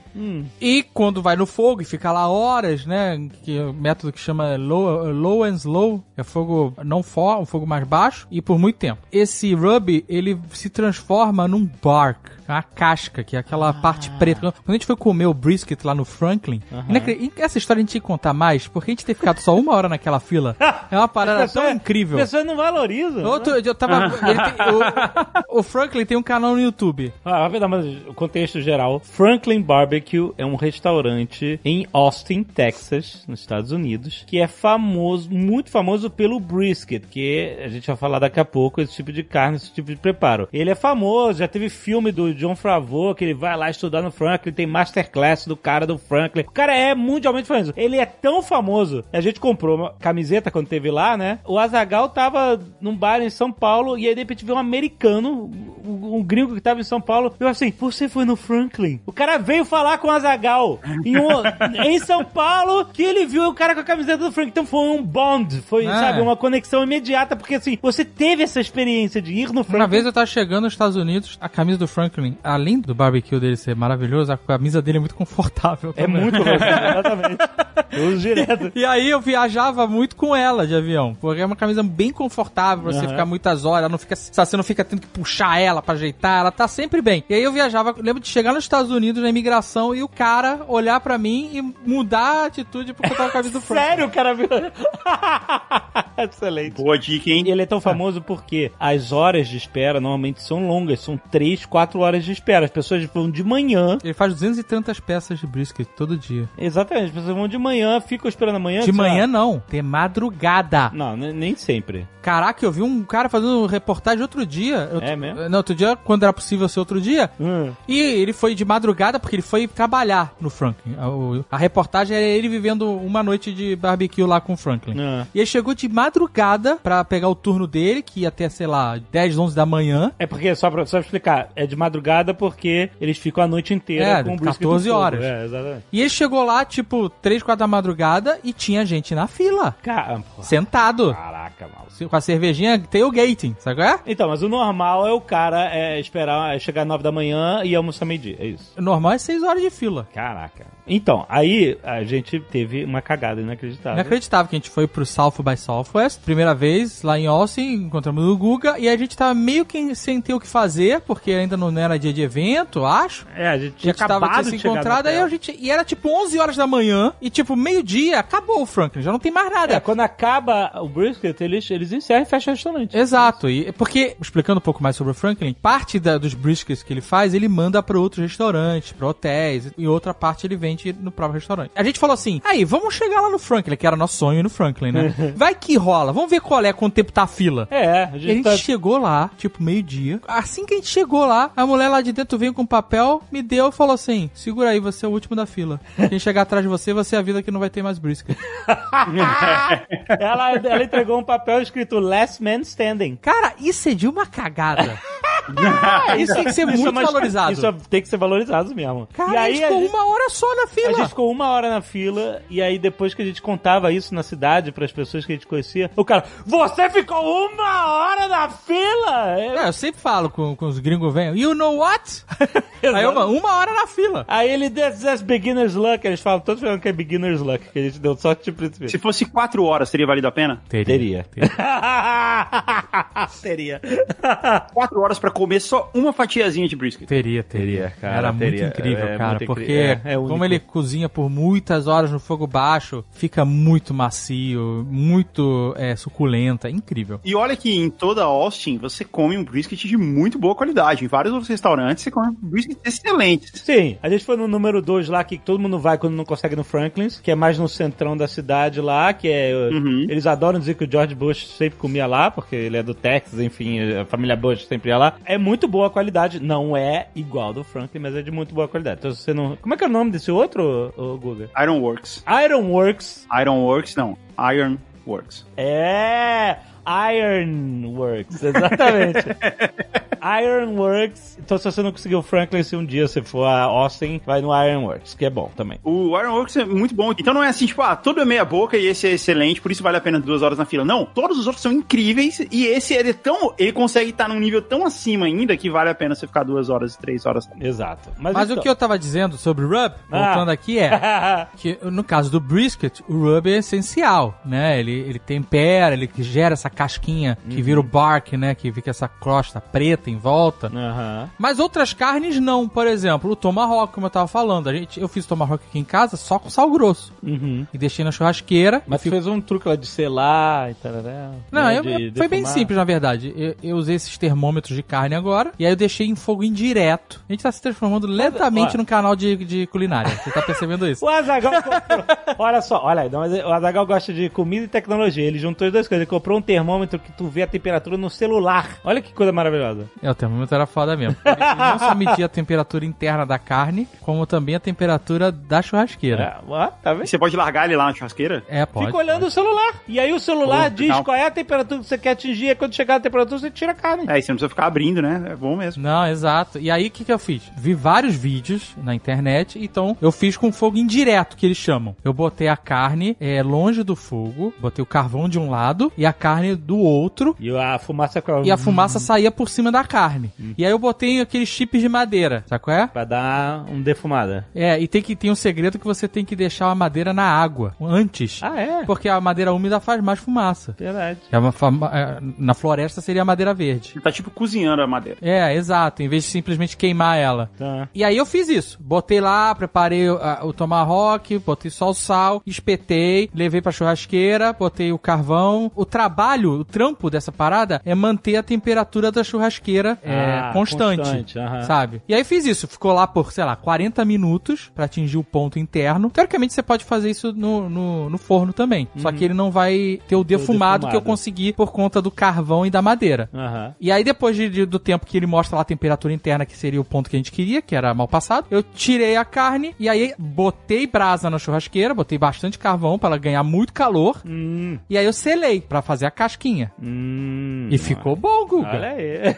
D: E quando vai no fogo e fica lá horas, né? Que é o método que chama low, low and slow, é fogo não forte, um fogo mais baixo e por muito tempo. Esse rub ele se transforma num bark, uma casca, que é aquela parte preta. Quando a gente foi comer o brisket lá no Franklin, inacre- essa história a gente tinha que contar mais, porque a gente ter ficado só uma hora naquela fila é
B: [LAUGHS]
D: uma parada
B: As pessoas-
D: tão incrível.
B: As pessoas não valorizam.
D: Outro, dia eu tava. ele tem- o, o Franklin tem um canal no YouTube.
B: Ah, vai dar mais o contexto geral. Franklin Barbecue é um restaurante em Austin, Texas, nos Estados Unidos, que é famoso, muito famoso pelo brisket, que a gente vai falar daqui a pouco, esse tipo de carne, esse tipo de preparo. Ele é famoso, já teve filme do John Favreau, que ele vai lá estudar no Franklin, tem masterclass do cara do Franklin. O cara é mundialmente famoso. Ele é tão famoso, a gente comprou uma camiseta quando teve lá, né? O Azagal tava num bar em São Paulo e aí de repente veio um americano, um, um gringo que tava em São Paulo, eu assim, você foi no Franklin? O cara veio falar lá com o Azagal em,
D: [LAUGHS]
B: um- em São Paulo que ele viu o cara com a camiseta do Frank. Então foi um bond, foi,
D: Ah.
B: sabe, uma conexão imediata, porque assim, você teve essa experiência de ir no Frank.
D: Uma vez eu tava chegando nos Estados Unidos, a camisa do Franklin, além do barbecue dele ser maravilhoso, a camisa dele é muito confortável.
B: É
D: também.
B: muito
D: [LAUGHS]
B: louco, exatamente. Eu uso direto.
D: E aí eu viajava muito com ela de avião, porque é uma camisa bem confortável pra você
B: Aham.
D: ficar muitas horas, ela não fica, sabe, você não fica tendo que puxar ela pra ajeitar, ela tá sempre bem. E aí eu viajava, lembro de chegar nos Estados Unidos na imigração e o cara olhar pra mim e mudar a atitude porque eu tava com a
B: [LAUGHS]
D: camisa do Franklin.
B: Sério, o cara viu. Excelente.
C: Boa dica, hein?
B: E ele é tão famoso porque as horas de espera normalmente são longas, são 3, 4 horas de espera. As pessoas vão de manhã.
D: Ele faz 230 peças de brisket todo dia.
B: Exatamente, as pessoas vão de manhã, ficam esperando amanhã.
D: De manhã não, de madrugada.
B: Não, ne- nem sempre.
D: Caraca, eu vi um cara fazendo reportagem outro dia. Eu-
B: É mesmo?
D: Não, outro dia, quando era possível ser outro dia.
B: Hum.
D: E ele foi de madrugada porque ele foi trabalhar no Franklin. A, o- a reportagem era ele vivendo uma noite de barbecue lá com o Franklin.
B: Ah.
D: E ele chegou de madrugada pra pegar o turno dele, que ia até, sei lá, 10, 11 da manhã.
B: É porque, só pra, só pra explicar, é de madrugada porque eles ficam a noite inteira
D: É,
B: com o brisket
D: 14
B: no fogo.
D: horas.
B: É, exatamente.
D: E ele chegou lá, tipo, 3, 4 da madrugada e tinha gente na fila,
B: Caramba, ah, pô.
D: sentado,
B: caraca, mal.
D: com a cervejinha tailgating, sabe qual é?
B: Então, mas o normal é o cara é, esperar é, chegar às 9 da manhã e almoçar meio-dia. É isso.
D: O Normal é 6 horas de fila.
B: Caraca. Então, aí a gente teve uma cagada inacreditável.
D: Inacreditável que a gente foi pro South by Southwest, primeira vez lá em Austin, encontramos o Guga, e a gente tava meio que sem ter o que fazer, porque ainda não era dia de evento, acho.
B: É, a gente
D: A gente tava tinha se encontrado, aí a gente, e era tipo 11 horas da manhã, e tipo meio-dia, acabou o Franklin, já não tem mais nada.
B: É, quando acaba o brisket, eles, eles encerram e fecham o restaurante.
D: Exato, e é porque, explicando um pouco mais sobre o Franklin, parte da- dos briskets que ele faz, ele manda pra outros restaurantes, pra hotéis, e outra parte ele vende no próprio restaurante. A gente falou assim, aí, vamos chegar lá no Franklin, que era nosso sonho ir no Franklin, [LAUGHS] né? Vai que rola, vamos ver qual é, quanto tempo tá a fila.
B: É, a
D: E a
B: gente
D: gente
B: tá...
D: chegou lá, tipo, meio-dia. Assim que a gente chegou lá, a mulher lá de dentro veio com um papel, me deu e falou assim: segura aí, você é o último da fila. Quem [LAUGHS] chegar atrás de você, você avisa que não vai ter mais brisket.
B: ela, ela entregou um papel escrito Last Man Standing.
D: Cara, isso é de uma cagada. [LAUGHS] Ah, isso tem que ser muito
B: é mais-
D: valorizado.
B: Isso é- tem que ser valorizado mesmo.
D: Cara,
B: e aí
D: a gente ficou
B: gente-
D: uma hora só na fila.
B: A gente ficou uma hora na fila, e aí depois que a gente contava isso na cidade, pras pessoas que a gente conhecia, o cara, você ficou uma hora na fila? [LAUGHS]
D: É, eu sempre falo com, com os gringos velhos, you know [LAUGHS] what? Aí uma, uma hora na fila.
B: Aí ele, this is beginner's luck, eles falam, todos falando que é beginner's luck, que a gente deu tipo sorte de princípio.
C: Se fosse quatro horas, teria valido a pena?
B: [LAUGHS] Teria. Teria.
C: Quatro horas pra comer só uma fatiazinha de brisket.
D: Teria, teria,
B: cara,
D: Era
B: teria.
D: muito incrível,
B: É
D: cara,
B: muito incri-
D: porque
B: é, é único.
D: como ele cozinha por muitas horas no fogo baixo, fica muito macio, muito é, suculenta, é incrível.
C: E olha que em toda Austin você come um brisket de muito boa qualidade. Em vários outros restaurantes você come brisket excelentes.
B: Sim, a gente foi no número 2 lá, que todo mundo vai quando não consegue no Franklin's, que é mais no centrão da cidade lá, que é... Eles adoram dizer que o George Bush sempre comia lá, porque ele é do Texas, enfim, a família Bush sempre ia lá. É muito boa a qualidade, não é igual do Franklin, mas é de muito boa qualidade. Então se você não... Como é que é o nome desse outro, ô, ô, Guga?
C: Ironworks.
B: Ironworks
C: Ironworks não. Ironworks.
B: É! Ironworks, [LAUGHS] exatamente. Ironworks. Então, se você não conseguiu o Franklin, se um dia você for a Austin, vai no Ironworks, que é bom também.
C: O Ironworks é muito bom. Então não é assim, tipo, ah, todo é meia boca e esse é excelente, por isso vale a pena duas horas na fila. Não, todos os outros são incríveis e esse ele é tão. ele consegue estar num nível tão acima ainda que vale a pena você ficar duas horas e três horas.
B: Exato. então.
D: Mas então- o
B: [LAUGHS]
D: que eu tava dizendo sobre o rub, voltando aqui, [LAUGHS] é
B: eu...
D: que no caso do brisket, o rub é essencial, né? Ele, ele tempera, ele que gera essa casquinha
B: Uhum.
D: que vira o bark, né? Que fica essa crosta preta em
B: Né?
D: volta.
B: Aham.
D: Mas outras carnes não, por exemplo, o tomahawk, como eu tava falando. A gente, eu fiz tomahawk aqui em casa só com sal grosso.
B: Uhum.
D: E deixei na churrasqueira.
B: Mas tu fez um truque lá de selar e tal, né?
D: Não,
B: Né,
D: eu-
B: de-
D: eu-
B: de
D: foi bem
B: defumar.
D: simples, na verdade. Eu, eu usei esses termômetros de carne agora, e aí eu deixei em fogo indireto. A gente tá se transformando lentamente
B: olha.
D: num canal de, de culinária. Você tá
B: [LAUGHS]
D: percebendo isso?
B: O Azagal comprou. olha só, olha aí, não, mas o Azagal gosta de comida e tecnologia. Ele juntou as duas coisas. Ele comprou um termo termômetro que tu vê a temperatura no celular. Olha que coisa maravilhosa.
D: É, o termômetro era foda mesmo. Ele não só media a temperatura interna da carne, como também a temperatura da churrasqueira.
B: É, ó, tá vendo?
C: Você pode largar ele lá na churrasqueira?
D: É, pode.
B: Fica olhando o celular. E aí o celular
C: Pô,
B: diz
C: não.
B: qual é a temperatura que você quer atingir. E quando chegar a temperatura, você tira a carne.
C: É, e você não precisa ficar abrindo, né? É bom mesmo.
D: Não, exato. E aí, o que, que eu fiz? Vi vários vídeos na internet, então eu fiz com fogo indireto, que eles chamam. Eu botei a carne é, longe do fogo, botei o carvão de um lado e a carne do outro,
B: E a fumaça com
D: e a fumaça saía por cima da carne. E aí eu botei aqueles chips de madeira, sabe qual é?
B: Pra dar um defumada.
D: É, e tem que tem um segredo que você tem que deixar a madeira na água antes,
B: Ah, é?
D: porque a madeira úmida faz mais fumaça.
B: Verdade.
D: É uma fama- é, na floresta seria a madeira verde.
C: Ele tá tipo cozinhando a madeira.
D: É, exato, em vez de simplesmente queimar ela.
B: Tá.
D: E aí eu fiz isso. Botei lá, preparei o, a, o tomahawk, botei só o sal, espetei, levei pra churrasqueira, botei o carvão. O trabalho, o trampo dessa parada é manter a temperatura da churrasqueira
B: Ah,
D: é, constante,
B: constante, aham.
D: sabe? E aí fiz isso. Ficou lá por, sei lá, 40 minutos pra atingir o ponto interno. Teoricamente você pode fazer isso no, no, no forno também. Só que ele não vai ter o defumado, que
B: Uhum.
D: eu
B: defumado.
D: consegui por conta do carvão e da madeira.
B: Aham.
D: E aí, depois de- de- do tempo que ele mostra lá a temperatura interna, que seria o ponto que a gente queria, que era mal passado, eu tirei a carne e aí botei brasa na churrasqueira, botei bastante carvão pra ela ganhar muito calor.
B: Hum,
D: E aí eu selei pra fazer a casquinha.
B: hum.
D: E ficou bom, Guga.
B: Olha aí.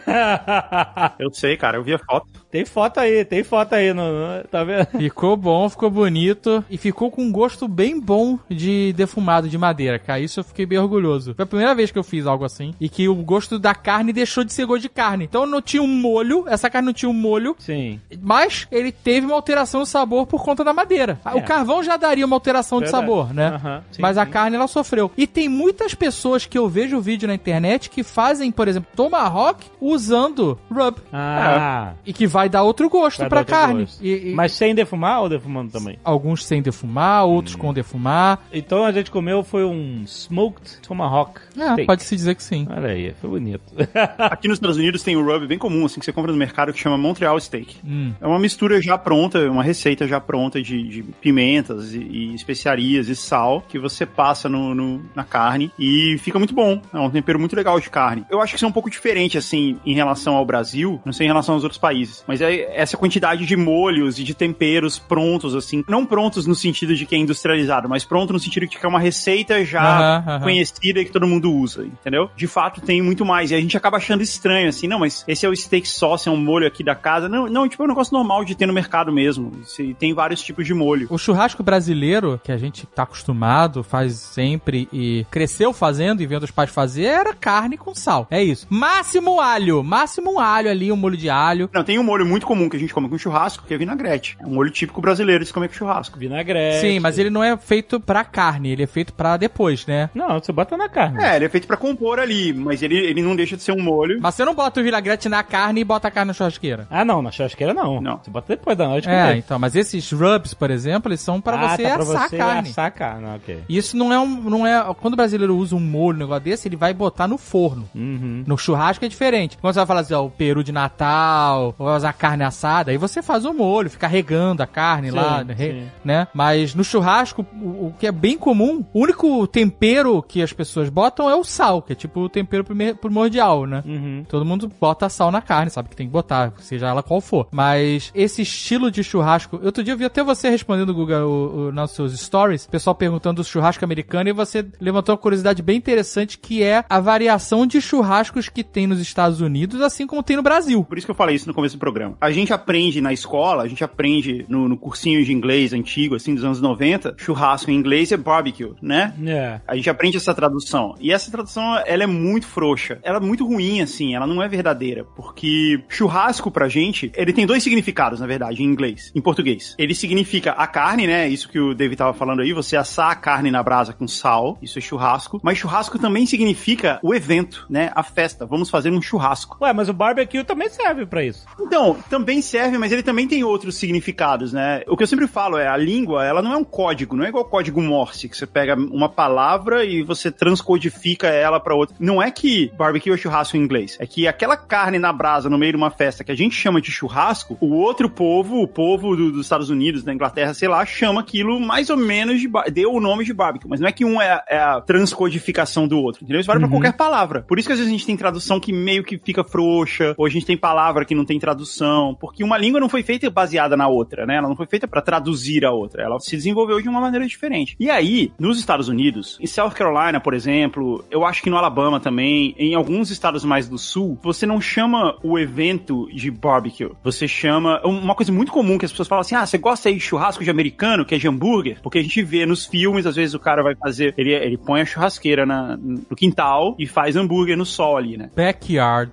C: Eu sei, cara, eu vi a foto.
B: [LAUGHS] tem foto aí, tem foto aí. No, no- tá vendo?
D: Ficou bom, ficou bonito e ficou com um gosto bem bom de defumado de madeira, cara. Isso eu fiquei bem orgulhoso. Foi a primeira vez que eu fiz algo assim e que o gosto da carne deixou de ser gosto de carne. Então não tinha um molho, essa carne não tinha um molho,
B: Sim.
D: Mas ele teve uma alteração no sabor por conta da madeira.
B: É.
D: O carvão já daria uma alteração
B: Verdade.
D: de sabor, né?
B: Aham, sim,
D: Mas a
B: sim.
D: carne ela sofreu. E tem muitas pessoas que eu vejo vídeo na internet que fazem, por exemplo, tomahawk usando rub.
B: Ah.
D: E que vai dar outro gosto
B: vai
D: pra
B: dar outro
D: carne.
B: gosto.
D: E- e-
B: Mas sem defumar ou defumando também?
D: Alguns sem defumar,
B: Hum.
D: outros com defumar.
B: Então a gente comeu foi um smoked tomahawk.
D: É,
B: steak.
D: pode se dizer que sim.
B: Olha aí, foi bonito. [LAUGHS]
C: Aqui nos Estados Unidos tem um rub bem comum, assim, que você compra no mercado que chama Montreal Steak.
D: Hum.
C: É uma mistura já pronta, uma receita já pronta de, de pimentas e, e especiarias e sal que você passa no, no- na carne e fica muito bom. É um tempero muito legal de carne. Eu acho que isso é um pouco diferente, assim, em relação ao Brasil, não sei em relação aos outros países, mas é essa quantidade de molhos e de temperos prontos, assim, não prontos no sentido de que é industrializado, mas pronto no sentido de que é uma receita já
D: Aham, aham.
C: conhecida conhecida e que todo mundo usa, entendeu? De fato, tem muito mais. E a gente acaba achando estranho, assim, não, mas esse é o steak sauce, é um molho aqui da casa. Não, não tipo, é um negócio normal de ter no mercado mesmo. Se- Tem vários tipos de molho.
D: O churrasco brasileiro, que a gente tá acostumado, faz sempre e cresceu fazendo e vendo os pais fazer, era carne com sal. É isso. Máximo alho. Máximo um alho ali, um molho de alho.
C: Não, tem um molho muito comum que a gente come com churrasco, que é vinagrete. É um molho típico brasileiro de se comer com churrasco.
B: Vinagrete.
D: Sim, mas ele não é feito pra carne, ele é feito pra depois, né?
B: Não, você bota na carne.
C: É, ele é feito pra compor ali, mas ele, ele não deixa de ser um molho.
D: Mas você não bota o vinagrete na carne e bota a carne na churrasqueira.
B: Ah, não, na churrasqueira não.
C: Não.
B: Você bota depois da noite.
D: É, então, mas esses rubs, por exemplo, eles são Ah, tá, pra
B: Ah,
D: você assar a carne.
B: tá, assar a carne, ok.
D: Isso não é um. Não é, quando o brasileiro usa um molho, um negócio desse, ele vai botar no forno.
B: Uhum.
D: No churrasco é diferente. Quando você vai falar assim, ó, o peru de Natal, ou vai usar carne assada, aí você faz o molho, fica regando a carne
B: Sim,
D: lá,
B: sim.
D: re- né? Mas no churrasco, o, o que é bem comum, o único tempero que as pessoas botam é o sal, que é tipo o tempero primer- primordial, né?
B: Uhum.
D: Todo mundo bota sal na carne, sabe que tem que botar, seja ela qual for. Mas esse estilo de churrasco. Outro dia eu vi até você respondendo, Guga, o, o, nos seus stories, pessoal perguntando do churrasco americano, e você levantou uma curiosidade bem interessante que é a variação de churrascos que tem nos Estados Unidos, assim como tem no Brasil.
C: Por isso que eu falei isso no começo do programa. A gente aprende na escola, a gente aprende no, no cursinho de inglês antigo, assim, dos anos 90, churrasco em inglês é barbecue, né?
B: É.
C: A gente aprende essa tradução. E essa tradução, ela é muito frouxa. Ela é muito ruim, assim. Ela não é verdadeira. Porque churrasco, pra gente, ele tem dois significados, na verdade, em inglês. Em português. Ele significa a carne, né? Isso que o David tava falando aí. Você assar a carne na brasa com sal. Isso é churrasco. Mas churrasco também significa o evento, né? A festa. Vamos fazer um churrasco.
B: Ué, mas o barbecue também serve pra isso. [LAUGHS]
C: Então, também serve, mas ele também tem outros significados, né? O que eu sempre falo é, a língua, ela não é um código, não é igual código Morse, que você pega uma palavra e você transcodifica ela pra outra. Não é que barbecue é churrasco em inglês, é que aquela carne na brasa no meio de uma festa que a gente chama de churrasco, o outro povo, o povo do- dos Estados Unidos, da Inglaterra, sei lá, chama aquilo mais ou menos de... ba- deu o nome de barbecue, mas não é que um é, é a transcodificação do outro. outro, entendeu? Isso vale pra qualquer palavra. Por isso que às vezes a gente tem tradução que meio que fica frouxa, ou a gente tem palavra que não tem tradução, porque uma língua não foi feita baseada na outra, né? Ela não foi feita pra traduzir a outra, ela se desenvolveu de uma maneira diferente. E aí, nos Estados Unidos, em South Carolina, por exemplo, eu acho que no Alabama também, em alguns estados mais do sul, você não chama o evento de barbecue, você chama é uma coisa muito comum que as pessoas falam assim: "Ah, você gosta aí de churrasco de americano, que é de hambúrguer?" Porque a gente vê nos filmes, às vezes o cara vai fazer, ele, ele põe a churrasqueira na, no quintal e faz hambúrguer no sol ali, né?
D: Backyard.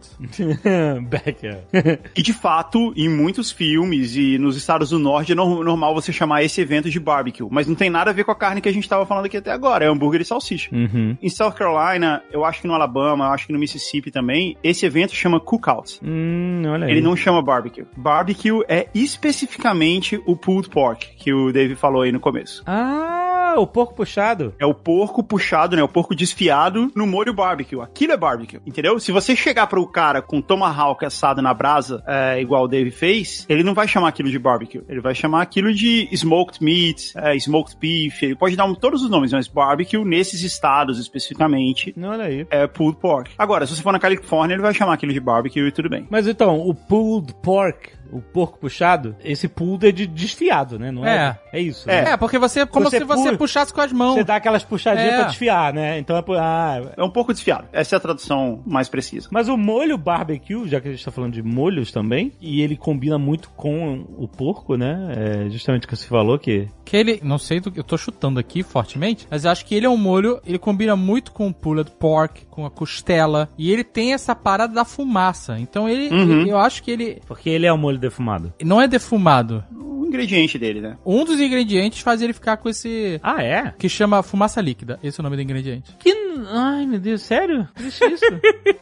B: Becker.
C: Que de fato, em muitos filmes e nos estados do norte, é nor- normal você chamar esse evento de barbecue. Mas não tem nada a ver com a carne que a gente estava falando aqui até agora. É hambúrguer e salsicha.
B: Uhum.
C: Em South Carolina, eu acho que no Alabama, eu acho que no Mississippi também, esse evento chama cookout.
B: [LAUGHS] Hum, olha aí.
C: Ele não chama barbecue. Barbecue é especificamente o pulled pork, que o Dave falou aí no começo.
B: Ah, o porco puxado.
C: É o porco puxado, né? O porco desfiado no molho barbecue. Aquilo é barbecue, entendeu? Se você chegar pro cara com tomahawk assado na brasa, é, igual o Dave fez, ele não vai chamar aquilo de barbecue. Ele vai chamar aquilo de smoked meat, é, smoked beef. Ele pode dar um- todos os nomes, mas barbecue, nesses estados especificamente,
B: Olha aí.
C: é pulled pork. Agora, se você for na Califórnia, ele vai chamar aquilo de barbecue e tudo bem.
B: Mas então, o pulled pork, o porco puxado, esse pulled é de desfiado, né? Não é? É, isso. né?
D: É, porque você como
B: Você
D: se você
B: pu-
D: puxasse com as mãos.
B: Você dá aquelas puxadinhas
D: É.
B: pra desfiar, né? Então é. pu- Ah,
C: É um porco desfiado. Essa é a tradução mais precisa.
B: mas o molho barbecue, já que a gente tá falando de molhos também, e ele combina muito com o porco, né? É justamente o que você falou que.
D: Que ele, não sei do que eu tô chutando aqui fortemente, mas eu acho que ele é um molho, ele combina muito com o pulled pork, com a costela, e ele tem essa parada da fumaça. Então ele,
C: Uhum.
D: eu acho que ele
B: Porque ele é um molho defumado.
D: não é defumado.
C: O ingrediente dele, né?
D: Um dos ingredientes faz ele ficar com esse
B: Ah, é?
D: que chama fumaça líquida. Esse é o nome do ingrediente.
B: Que. Ai, meu Deus, sério? Existe isso?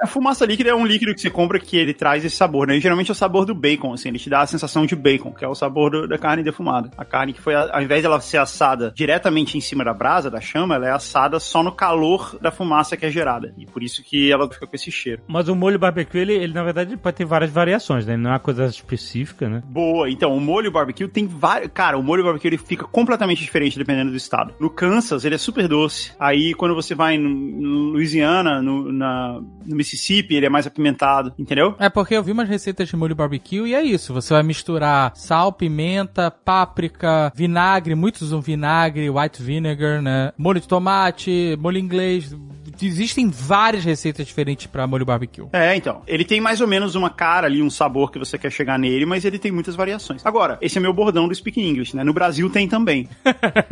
C: A fumaça líquida é um líquido que você compra que ele traz esse sabor, né? E geralmente é o sabor do bacon, assim, ele te dá a sensação de bacon, que é o sabor do- da carne defumada. A carne que foi, a- ao invés dela ser assada diretamente em cima da brasa, da chama, ela é assada só no calor da fumaça que é gerada. E por isso que ela fica com esse cheiro.
B: [LAUGHS] Mas o molho barbecue, ele, ele, na verdade pode ter várias variações, né? Ele não é uma coisa específica, né?
C: Boa, então o molho barbecue tem vários. Cara, o molho barbecue ele fica completamente diferente dependendo do estado. No Kansas, ele é super doce. Aí quando você vai no, no Louisiana, no, na- no Mississippi, ele é mais apimentado, entendeu?
D: É porque eu vi umas receitas de molho barbecue e é isso. Você vai misturar sal, pimenta, páprica, vinagre, muitos usam vinagre, white vinegar, né? Molho de tomate, molho inglês. Existem várias receitas diferentes pra molho barbecue.
C: É, então. Ele tem mais ou menos uma cara ali, um sabor que você quer chegar nele, mas ele tem muitas variações. Agora, esse é meu bordão do Speak English, né? No Brasil tem também.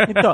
B: Então,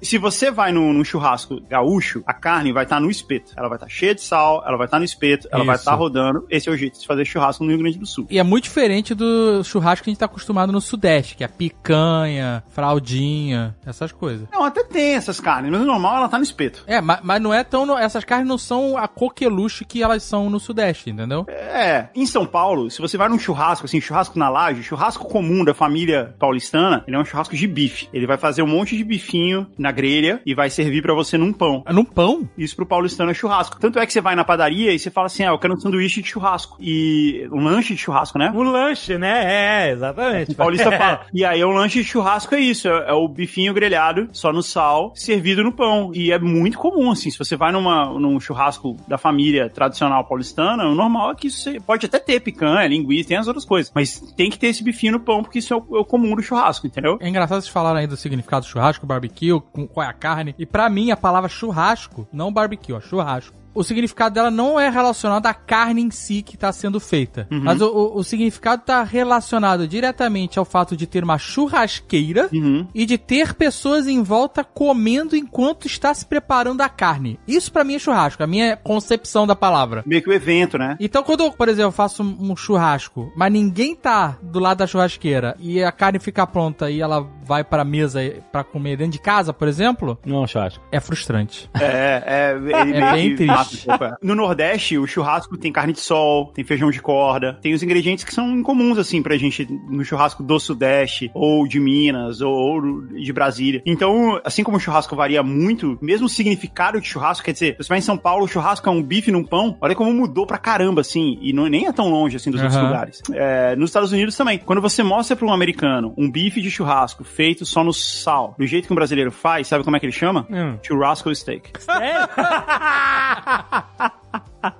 C: Se você vai num, num churrasco gaúcho, a carne vai estar no espeto. Ela vai estar cheia de sal, ela vai estar no espeto, ela vai
D: Isso.
C: estar rodando. Esse é o jeito de fazer churrasco no Rio Grande do Sul.
D: E é muito diferente do churrasco que a gente tá acostumado no Sudeste, que é picanha, fraldinha, essas coisas.
C: Não, até tem essas carnes, mas no normal ela tá no espeto.
D: É, ma- mas, não é tão. no- essas carnes não são a coqueluche que elas são no Sudeste, entendeu?
C: É, em São Paulo, se você vai num churrasco, assim, churrasco na laje, churrasco comum da família paulistana, ele é um churrasco de bife. Ele vai fazer um monte de bifinho na grelha e vai servir pra você num pão.
D: Num pão?
C: Isso pro paulistano é churrasco. Tanto é que você vai na padaria e você fala assim, ah, eu quero um sanduíche de churrasco. E um lanche de churrasco, né?
B: um lanche, né? É, exatamente. [LAUGHS]
C: O [LAUGHS] paulista fala. E aí, o lanche de churrasco é isso. É, é o bifinho grelhado, só no sal, servido no pão. E é muito comum, assim. Se você vai numa, num churrasco da família tradicional paulistana, o normal é que isso você pode até ter picanha, linguiça, tem as outras coisas. Mas tem que ter esse bifinho no pão, porque isso é o, é o comum do churrasco, entendeu?
D: É engraçado vocês falarem aí do significado do churrasco, barbecue, com qual é a carne. E pra mim, a palavra churrasco, não barbecue, ó, churrasco. O significado dela não é relacionado à carne em si que está sendo feita.
C: Uhum.
D: Mas o, o- o significado está relacionado diretamente ao fato de ter uma churrasqueira
C: Uhum.
D: e de ter pessoas em volta comendo enquanto está se preparando a carne. Isso pra mim é churrasco, a minha concepção da palavra.
C: Meio que o evento, né?
D: Então, quando eu, por exemplo, faço um um churrasco, mas ninguém tá do lado da churrasqueira e a carne fica pronta e ela vai pra mesa e- pra comer dentro de casa, por exemplo,
B: Não, um churrasco.
D: é frustrante.
C: É, é, ele meio
D: bem
C: que
D: triste.
C: mata um pouco, é. No Nordeste, o churrasco tem carne de sol, tem feijão de corda, tem os ingredientes que são incomuns, assim, pra gente no churrasco do Sudeste, ou de Minas, ou, ou de Brasília. Então, assim como o churrasco varia muito, mesmo o significado de churrasco, quer dizer, você vai em São Paulo, o churrasco é um bife num pão, olha como mudou pra caramba, assim, e não, nem é tão longe, assim, dos outros
D: Aham.
C: lugares. É, nos Estados Unidos também. Quando você mostra pra um americano um bife de churrasco feito só no sal. Do jeito que um brasileiro faz, sabe como é que ele chama?
D: Hum.
C: Churrasco steak.
B: Sério?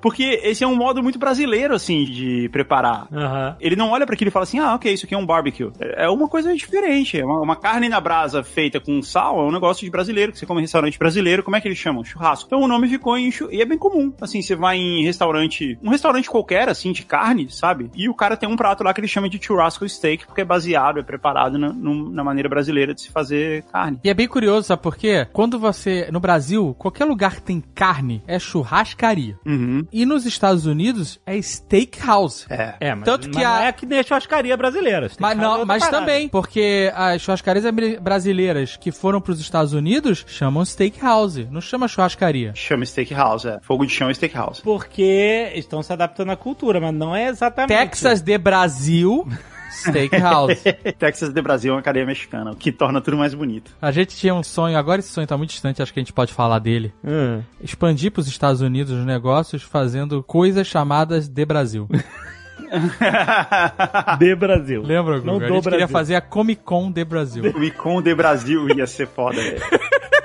C: Porque esse é um modo muito brasileiro, assim, de preparar.
B: Aham.
C: Ele não olha pra aquilo e fala assim, ah, ok, isso aqui é um barbecue. É é uma coisa diferente. É Uma, uma carne na brasa feita com sal é um negócio de brasileiro, que você come em restaurante brasileiro, como é que eles chamam? Churrasco. Então o nome ficou em... chu- E é bem comum. Assim, você vai em restaurante... Um restaurante qualquer, assim, de carne, sabe? E o cara tem um prato lá que ele chama de churrasco steak, porque é baseado, é preparado na, num- na maneira brasileira de se fazer carne.
D: E é bem curioso, sabe por quê? Quando você. No Brasil, qualquer lugar que tem carne é churrascaria.
C: Uhum.
D: E nos Estados Unidos é steakhouse.
C: É.
B: É, mas,
D: Tanto que
B: mas
D: a-
B: não é que nem a churrascaria brasileira.
D: Mas,
B: Tem
D: não,
B: outra
D: mas
B: parada.
D: também, porque as churrascarias abri- brasileiras que foram pros Estados Unidos chamam steakhouse, não chama churrascaria.
C: Chama steakhouse, é. Fogo de chão é steakhouse.
B: Porque estão se adaptando à cultura, mas não é exatamente.
D: Texas de Brasil, steakhouse.
C: [LAUGHS] Texas de Brasil é uma cadeia mexicana, o que torna tudo mais bonito.
D: A gente tinha um sonho, agora esse sonho tá muito distante, acho que a gente pode falar dele.
B: Hum.
D: Expandir pros Estados Unidos os negócios fazendo coisas chamadas de [LAUGHS] Brasil.
B: De Brasil.
D: Lembra, Guga?
B: Não
D: a
B: do
D: gente queria
B: Brasil. [LAUGHS]
D: fazer a Comic Con de Brasil.
C: O Icon de Brasil ia ser foda, velho.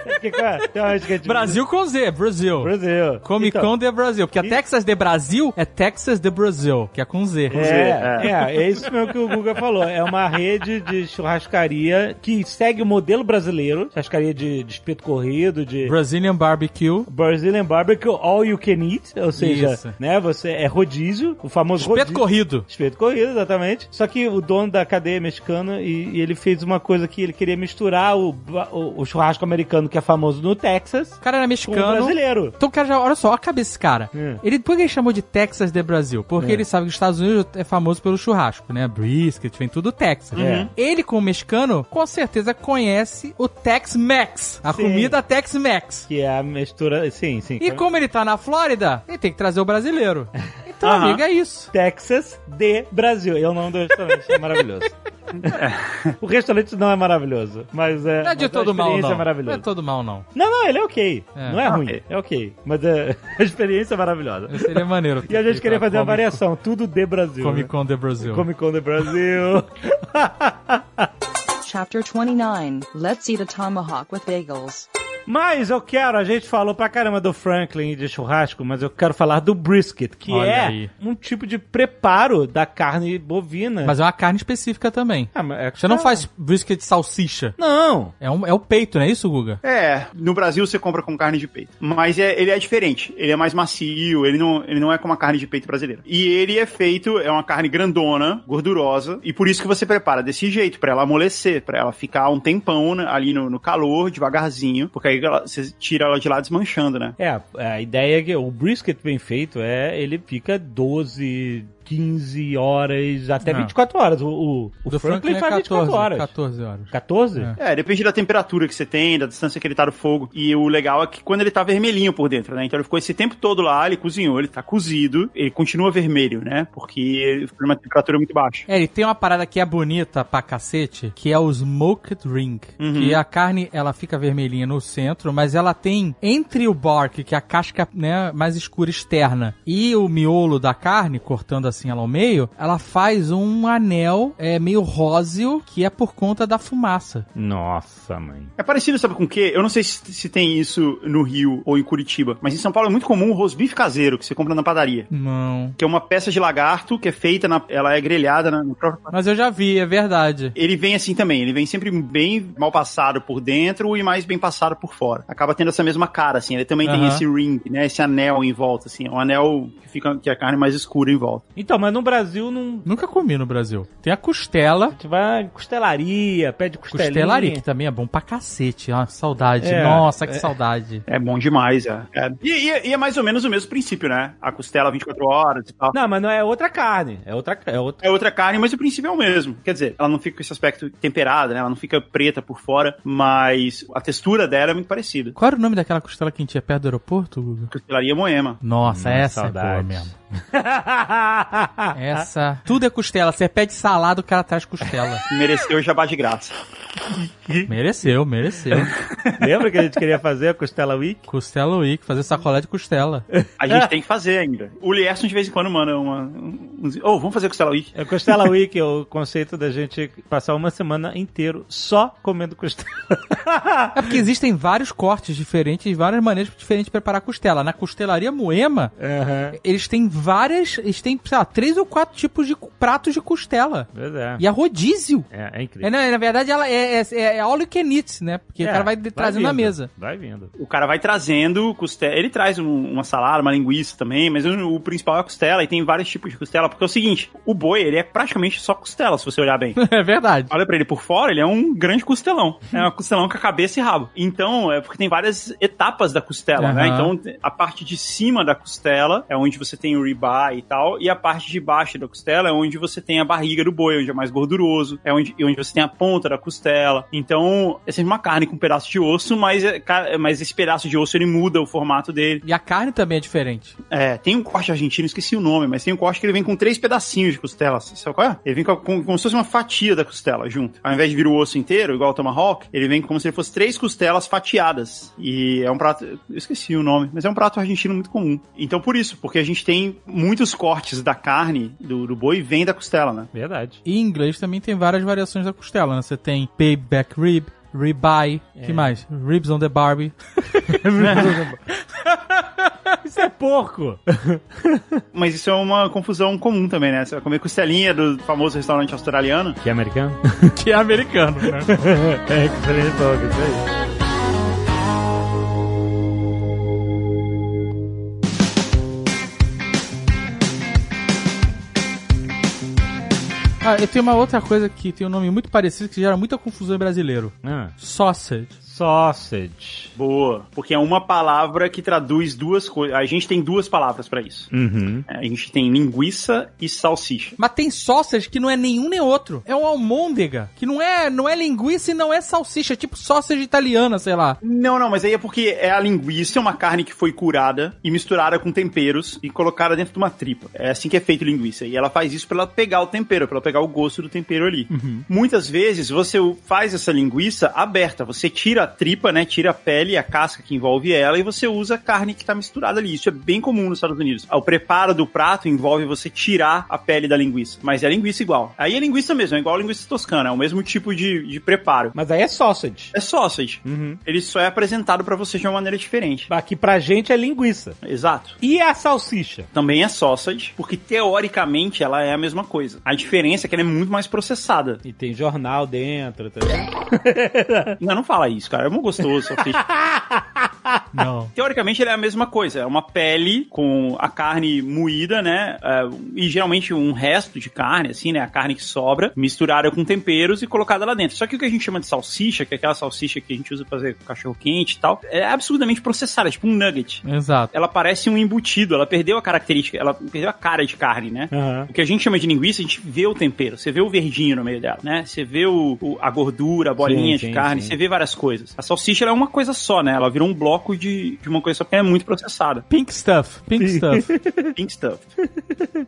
B: Porque, cara, tem uma hora que a gente-
D: [LAUGHS] Brasil com Z, Brasil.
B: Brasil.
D: Comic Con
B: Então,
D: de Brasil. Porque a
B: e-
D: Texas de Brasil é Texas de Brasil, que é com Z.
B: É, é, é isso mesmo que o Guga falou. É uma rede de churrascaria que segue o modelo brasileiro. Churrascaria de, de espeto corrido, de
D: Brazilian Barbecue.
B: Brazilian Barbecue, all you can eat. Ou seja,
D: Isso.
B: né, você é rodízio, o famoso
D: Espeto
B: rodízio.
D: corrido.
B: Espeto corrido, exatamente. Só que o dono da cadeia é mexicana e, e ele fez uma coisa que ele queria misturar o, ba- o- o churrasco americano que é famoso no Texas
D: O cara era
B: com o
D: mexicano.
B: brasileiro.
D: Então, o cara já, olha só, olha a cabeça desse cara.
B: Hum.
D: Ele, por que ele chamou de Texas de Brasil? Porque
B: É.
D: ele sabe que os Estados Unidos é famoso pelo churrasco, né? Brisket, vem tudo Texas.
B: É.
D: Ele, como mexicano, com certeza conhece o Tex-Mex. A
B: Sim.
D: comida Tex-Mex.
B: Que é a mistura. Sim, sim.
D: E como ele tá na Flórida, ele tem que trazer
B: [LAUGHS]
D: o brasileiro. Então,
C: Aham.
D: amigo, é isso.
B: Texas de Brasil. É o nome do restaurante, é maravilhoso. o restaurante não é maravilhoso, mas é.
D: Não é de
B: mas
D: todo
B: a
D: mal,
B: experiência
D: não.
B: é
D: não é
B: maravilhosa.
D: todo mal, não.
B: Não, não, ele é ok.
D: É.
B: Não é
C: Ah,
B: ruim,
C: é.
B: é ok. Mas é, [LAUGHS] a experiência é maravilhosa.
D: Seria maneiro.
B: [LAUGHS] E a gente queria fazer uma
D: Comic-
B: variação, tudo de Brasil.
D: Comic
B: né?
D: Con de Brasil.
B: Comic Con do
D: [LAUGHS]
B: Brasil.
E: Chapter 29 Let's Eat a Tomahawk with Bagels.
B: mas eu quero, a gente falou pra caramba do Franklin e de churrasco, mas eu quero falar do brisket, que
D: Olha
B: é
D: aí.
B: um tipo de preparo da carne bovina.
D: Mas é uma carne específica também.
B: Ah, mas é que
D: Você não
B: tá-
D: faz brisket de salsicha.
B: Não,
D: É, um, é o peito, não é isso, Guga?
C: [LAUGHS] É, no Brasil você compra com carne de peito. Mas é- ele é diferente. Ele é mais macio, ele não, ele não é como a carne de peito brasileira. E ele é feito, é uma carne grandona, gordurosa, e por isso que você prepara desse jeito, pra ela amolecer, pra ela ficar um tempão né, ali no, no calor, devagarzinho, porque aí ela- você tira ela de lá desmanchando, né?
B: É, a ideia é que o brisket bem feito é ele fica 12, 15 horas, até
D: Não.
B: 24 horas. O, o, o Franklin, faz 24 horas.
D: 14 é horas.
B: 14?
D: É.
C: É, depende da temperatura que você tem, da distância que ele tá do fogo. E o legal é que quando ele tá vermelhinho por dentro, né? Então ele ficou esse tempo todo lá, ele cozinhou, ele tá cozido, ele continua vermelho, né? Porque ele foi numa temperatura muito baixa.
D: É, e tem uma parada que é bonita pra cacete, que é o smoked ring.
B: Uhum.
D: Que a carne, ela fica vermelhinha no centro, mas ela tem entre o bark, que é a casca né, mais escura externa, e o miolo da carne, cortando assim ela ao meio, ela faz um anel é, meio róseo, que é por conta da fumaça.
B: Nossa, mãe.
C: É parecido, sabe com o quê? Eu não sei se, se tem isso no Rio ou em Curitiba, mas em São Paulo é muito comum o rosbife caseiro que você compra na padaria.
D: Não.
C: Que é uma peça de lagarto que é feita, na, ela é grelhada na, no próprio
D: Mas eu já vi, é verdade.
C: Ele vem assim também, ele vem sempre bem mal passado por dentro e mais bem passado por fora. Acaba tendo essa mesma cara, assim. Ele também tem
D: Aham.
C: esse ring, né? Esse anel em volta, assim. Um anel que fica que é a carne mais escura em volta.
B: Então, mas no Brasil não.
D: Nunca comi no Brasil. Tem a costela.
B: A gente vai em costelaria, pede costelinha.
D: Costelaria, que também é bom pra cacete. Ah, saudade.
B: É,
D: Nossa, que saudade.
C: É bom demais, é. É. E, e- e é mais ou menos o mesmo princípio, né? A costela 24 horas e tal.
B: Não, mas não é outra carne. É outra. É outra...
C: É outra carne, mas o princípio é o mesmo. Quer dizer, ela não fica com esse aspecto temperada, né? Ela não fica preta por fora, mas a textura dela é muito parecida.
D: Qual era o nome daquela costela que a gente tinha perto do aeroporto, Guga?
B: Hum,
C: Costelaria Moema.
B: [LAUGHS]
D: Nossa, essa é boa
B: saudades.
D: mesmo.
B: Ah.
D: Essa. Tudo é costela. Você pede salada, o cara
B: [LAUGHS]
D: traz costela.
C: Mereceu o jabá de graça.
D: mereceu, mereceu.
B: Lembra que a gente queria fazer a Costela Week?
D: Costela Week, fazer sacolé de costela.
B: É,
C: A gente tem que fazer ainda. O Lierson de vez em quando manda uma. uns- Ô, vamos fazer costela week.
B: É Costela Week, é o conceito da gente passar uma semana inteiro só comendo costela.
D: É porque existem vários cortes diferentes, várias maneiras diferentes de preparar costela. Na costelaria Moema, eles têm várias. Eles têm, sei lá, três ou quatro tipos de cu- pratos de costela.
B: Pois é.
D: E a rodízio.
B: É, é
D: É,
B: incrível.
D: na, na verdade, ela é, é, é all you can eat, né? Porque o cara vai, trazendo na
B: É, vindo,
D: mesa. [LAUGHS]
B: Vai vindo.
C: O cara vai trazendo costela. Ele traz um- uma salada, uma linguiça também, mas o, o principal é a costela. E tem vários tipos de costela. Porque é o seguinte: o boi, ele é praticamente só costela, se você olhar bem.
D: É verdade.
C: Olha pra ele por fora, ele é um grande costelão. É um costelão com a cabeça e rabo. Então, é porque tem várias etapas da costela,
D: Aham.
C: né? Então, a parte de cima da costela é onde você tem o ribeye e tal, e a parte de baixo da costela é onde você tem a barriga do boi, onde é mais gorduroso, é onde, e onde você tem a ponta da costela. Então, é sempre uma carne com um pedaço de osso, mas, é ca- mas esse pedaço de osso ele muda o formato dele.
D: E a carne também é diferente.
C: É, tem um corte argentino, esqueci o nome, mas tem um corte que ele vem com três pedacinhos de costela, sabe qual é? Ele vem com, com- como se fosse uma fatia da costela junto. Ao invés de vir o osso inteiro, igual o tomahawk, ele vem como se ele fosse três costelas fatiadas. E é um prato, eu esqueci o nome, mas é um prato argentino muito comum. Então por isso, porque a gente tem muitos cortes da carne do, do boi vem da costela, né?
B: Verdade.
D: E em inglês também tem várias variações da costela, né? Você tem babe back rib, ribeye, que mais? Ribs on the Barbie.
B: Isso é porco.
C: Mas isso é uma confusão comum também, né? Você vai comer costelinha do famoso restaurante australiano.
B: Que é americano?
D: [LAUGHS] que é americano, né?
B: [LAUGHS] é, que excelente toque, isso aí.
D: Ah, eu tenho uma outra coisa que tem um nome muito parecido que gera muita confusão em brasileiro.
B: Ah,
D: Sausage.
B: sausage.
C: Boa, porque é uma palavra que traduz duas coisas. A gente tem duas palavras pra isso.
B: Uhum.
C: É, A gente tem linguiça e salsicha.
D: Mas tem sausage que não é nenhum nem outro. É um almôndega, que não é, não é linguiça e não é salsicha, é tipo sausage italiana, sei lá.
C: Não, não, mas aí é porque é a linguiça, é uma carne que foi curada e misturada com temperos e colocada dentro de uma tripa. É assim que é feito linguiça. E ela faz isso pra ela pegar o tempero, pra ela pegar o gosto do tempero ali. Muitas vezes você faz essa linguiça aberta. Você tira a tripa, né? Tira a pele, a casca que envolve ela e você usa a carne que tá misturada ali. Isso é bem comum nos Estados Unidos. O preparo do prato envolve você tirar a pele da linguiça. Mas é linguiça igual. Aí é linguiça mesmo, é igual a linguiça toscana. É o mesmo tipo de, de preparo.
B: Mas aí é sausage.
C: É sausage. Ele só é apresentado pra você de uma maneira diferente.
B: Aqui pra gente é linguiça.
C: Exato.
B: E a salsicha?
C: Também é sausage, porque teoricamente ela é a mesma coisa. A diferença é que ela é muito mais processada.
B: E tem jornal dentro. Tá...
C: Não, não fala isso, cara. É muito gostoso sausage.
D: Não.
C: Teoricamente ela é a mesma coisa, é uma pele com a carne moída, né? É, E geralmente um resto de carne, assim, né? A carne que sobra, misturada com temperos e colocada lá dentro. Só que o que a gente chama de salsicha, que é aquela salsicha que a gente usa pra fazer cachorro quente e tal, é absurdamente processada, é tipo um nugget.
D: Exato.
C: ela parece um embutido, ela perdeu a característica, ela perdeu a cara de carne, né?
B: Aham.
C: O que a gente chama de linguiça, a gente vê o tempero, você vê o verdinho no meio dela, né? Você vê o, o- a gordura, a bolinha
B: Sim, sim,
C: de carne,
B: sim.
C: você vê várias coisas. A salsicha ela é uma coisa só, né? Ela virou um bloco de, de uma coisa só porque ela é muito processada.
D: Pink stuff,
B: [LAUGHS]
D: pink stuff.
C: Pink stuff.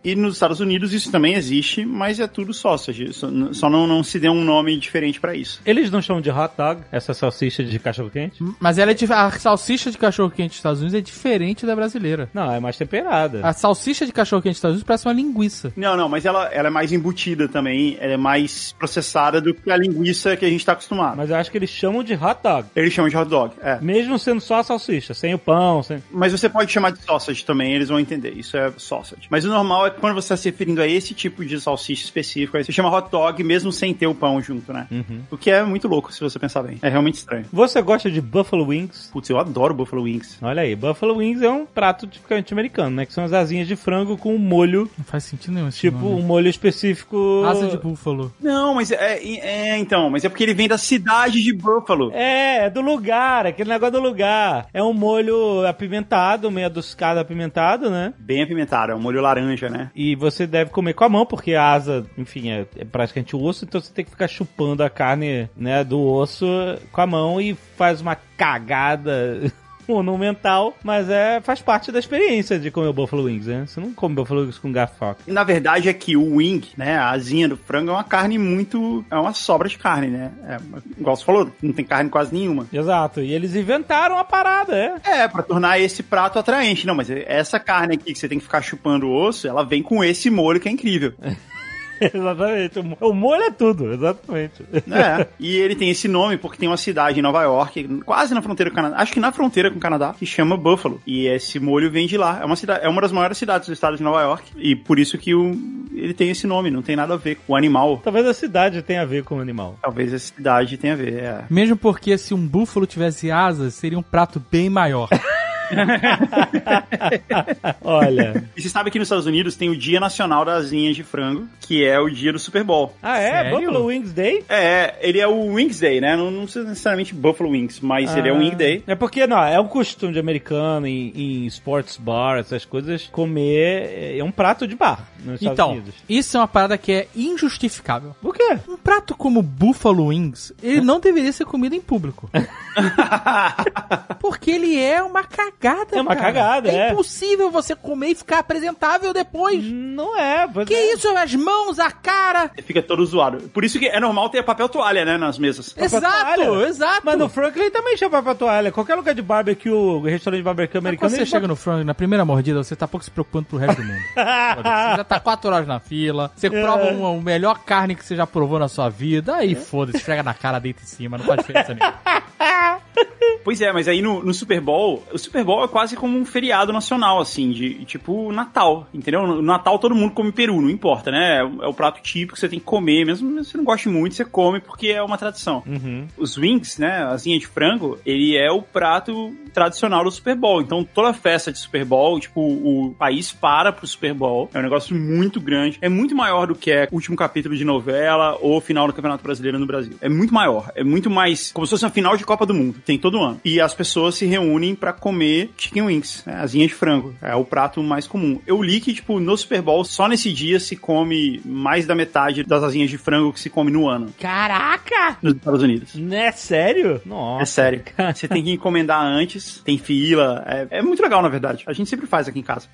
C: e nos Estados Unidos isso também existe, mas é tudo sausage. Só, só não, não se deu um nome diferente pra isso.
B: Eles não chamam de hot dog essa salsicha de cachorro-quente?
D: Mas ela é dif- a salsicha de cachorro quente dos Estados Unidos é diferente da brasileira.
B: Não, é mais temperada.
D: A salsicha de cachorro quente dos Estados Unidos parece uma linguiça.
C: Não, não, mas ela, ela é mais embutida também, ela é mais processada do que a linguiça que a gente tá acostumado.
B: Mas eu acho que eles chamam de hot dog.
C: Eles chamam de hot dog, é.
B: Mesmo sendo só a salsicha, sem o pão, sem...
C: Mas você pode chamar de sausage também, eles vão entender. Isso é sausage. Mas o normal é que quando você está se referindo a esse tipo de salsicha específico, aí você chama hot dog mesmo sem ter o pão junto, né? O que é muito louco, se você pensar bem. É realmente estranho.
B: Você gosta de buffalo wings?
C: Putz, eu adoro Buffalo Wings.
B: Olha aí, buffalo wings é um prato tipicamente americano, né? Que são as asinhas de frango com um molho,
D: Não faz sentido nenhum esse
B: tipo um
D: nome.
B: molho específico...
D: né? Asa de búfalo.
C: Não, mas é, é- é, então, mas é porque ele vem da cidade de Buffalo.
B: É, é do lugar, aquele negócio do lugar. É um molho apimentado, meio adocicado apimentado, né?
C: Bem apimentado, é um molho laranja, né?
B: E você deve comer com a mão, porque a asa, enfim, é, é praticamente o osso, então você tem que ficar chupando a carne, né, do osso com a mão e faz uma cagada [LAUGHS] monumental, mas é, faz parte da experiência de comer o Buffalo Wings, né? Você não come Buffalo Wings com garfo e faca.
C: E na verdade é que o wing, né, a asinha do frango é uma carne muito... É uma sobra de carne, né? É, igual você falou, não tem carne quase nenhuma.
B: Exato, e eles inventaram a parada, é.
C: É, pra tornar esse prato atraente. Não, mas essa carne aqui que você tem que ficar chupando o osso, ela vem com esse molho que é incrível.
B: [LAUGHS] Exatamente, o mo- o molho é tudo, [LAUGHS] exatamente.
C: É, e ele tem esse nome porque tem uma cidade em Nova York, quase na fronteira com o Canadá, acho que na fronteira com o Canadá, que chama Buffalo. E esse molho vem de lá. É uma, cidade, é uma das maiores cidades do estado de Nova York. E por isso que o, ele tem esse nome, não tem nada a ver com o animal.
B: Talvez a cidade tenha a ver com o animal.
C: Talvez a cidade tenha a ver, é.
D: Mesmo porque se um búfalo tivesse asas, seria um prato
B: [LAUGHS]
D: bem maior.
B: Olha.
C: E você sabe que nos Estados Unidos tem o Dia Nacional das Asinhas de Frango, que é o dia do Super Bowl.
B: Ah, é?
D: Sério?
B: Buffalo Wings Day?
C: É, ele é o Wings Day, né? Não, não precisa necessariamente Buffalo Wings, mas ele é
B: Ah.
C: o Wing Day.
B: É porque, não, é um costume de americano em, em sports bar, essas coisas, comer é- é um prato de bar nos Estados
D: então,
B: Unidos.
D: isso é uma parada que é injustificável.
B: Por quê?
D: Um prato como Buffalo Wings, ele
B: É.
D: não deveria ser comido
B: [LAUGHS]
D: em público. Porque ele é uma cagada,
B: É uma
D: cara.
B: cagada, é.
D: É impossível você comer e ficar apresentável depois.
B: Não é. pois
D: Que
B: é.
D: isso? As mãos, a cara.
C: Fica todo zoado. Por isso que é normal ter papel toalha, né, nas mesas.
D: Exato,
B: tá toalha.
D: exato.
B: Mas no Franklin também chama pra toalha. Qualquer lugar de barbecue, restaurante de barbecue
D: Mas
B: americano, tá
D: quando você
B: eles
D: chega no frango, na primeira mordida, você tá pouco se preocupando pro resto
B: [LAUGHS]
D: do mundo. Foda-se, você já tá quatro horas na fila,
B: É.
D: você prova uma, a melhor carne que você já provou na sua vida,
B: É.
D: aí foda-se, esfrega na cara, deita em cima, não
B: [LAUGHS]
D: faz diferença nenhuma.
C: Pois é, mas aí no, no Super Bowl, o Super Bowl é quase como um feriado nacional, assim, de tipo Natal, entendeu? No Natal todo mundo come peru, não importa, né? É o- é o prato típico, você tem que comer, mesmo mesmo que você não goste muito, você come porque é uma tradição. Os wings, né, a asinha de frango, ele é o prato tradicional do Super Bowl. Então toda festa de Super Bowl, tipo, o país para pro Super Bowl. É um negócio muito grande, é muito maior do que é o último capítulo de novela ou final do Campeonato Brasileiro no Brasil. É muito maior, é muito mais como se fosse uma final de Copa do Mundo, tem todo ano. E as pessoas se reúnem pra comer chicken wings, né, asinha de frango. É o prato mais comum. Eu li que tipo no Super Bowl só nesse dia se come mais da metade das asinhas de frango que se come no ano
B: Caraca!
C: nos Estados Unidos.
B: Não é sério?
C: É
B: Nossa.
C: sério. Você tem que encomendar antes, tem fila. É, é muito legal, na verdade. A gente sempre faz aqui em casa.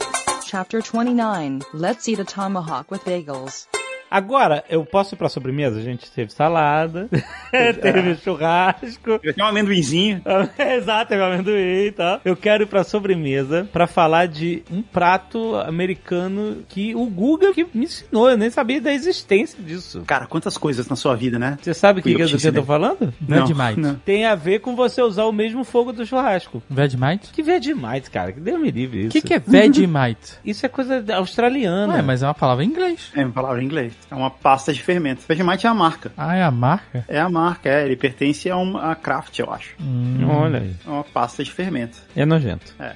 E: Chapter 29 Let's Eat a Tomahawk with Bagels.
B: Agora, eu posso ir pra sobremesa? A gente teve
D: [LAUGHS]
B: salada, [LAUGHS] teve churrasco.
C: Eu tenho um amendoinzinho.
B: [LAUGHS] Exato, teve amendoim e tal. Eu quero ir pra sobremesa pra falar de um prato americano que o Guga que me ensinou. Eu nem sabia da existência disso.
C: Cara, quantas coisas na sua vida, né?
B: Você sabe o que,
C: Fui
B: que,
C: eu
B: eu-
C: que te
B: que eu tô
C: ensinei.
B: falando?
D: Não, é demais.
C: não.
B: Tem a ver com você usar o mesmo fogo do churrasco.
D: Vegemite?
B: Que vê demais, cara. Que Deus me livre isso.
D: O que, que é Vegemite?
B: Isso é coisa australiana.
D: Ué, mas é uma palavra em inglês.
C: É uma palavra em inglês. É uma pasta de fermento. Vegemite é a marca.
D: Ah, é a marca?
C: É a marca, é. Ele pertence a uma a Kraft, eu acho.
D: Hum.
B: Olha aí.
C: É uma pasta de fermento.
B: É nojento. [LAUGHS]
C: É.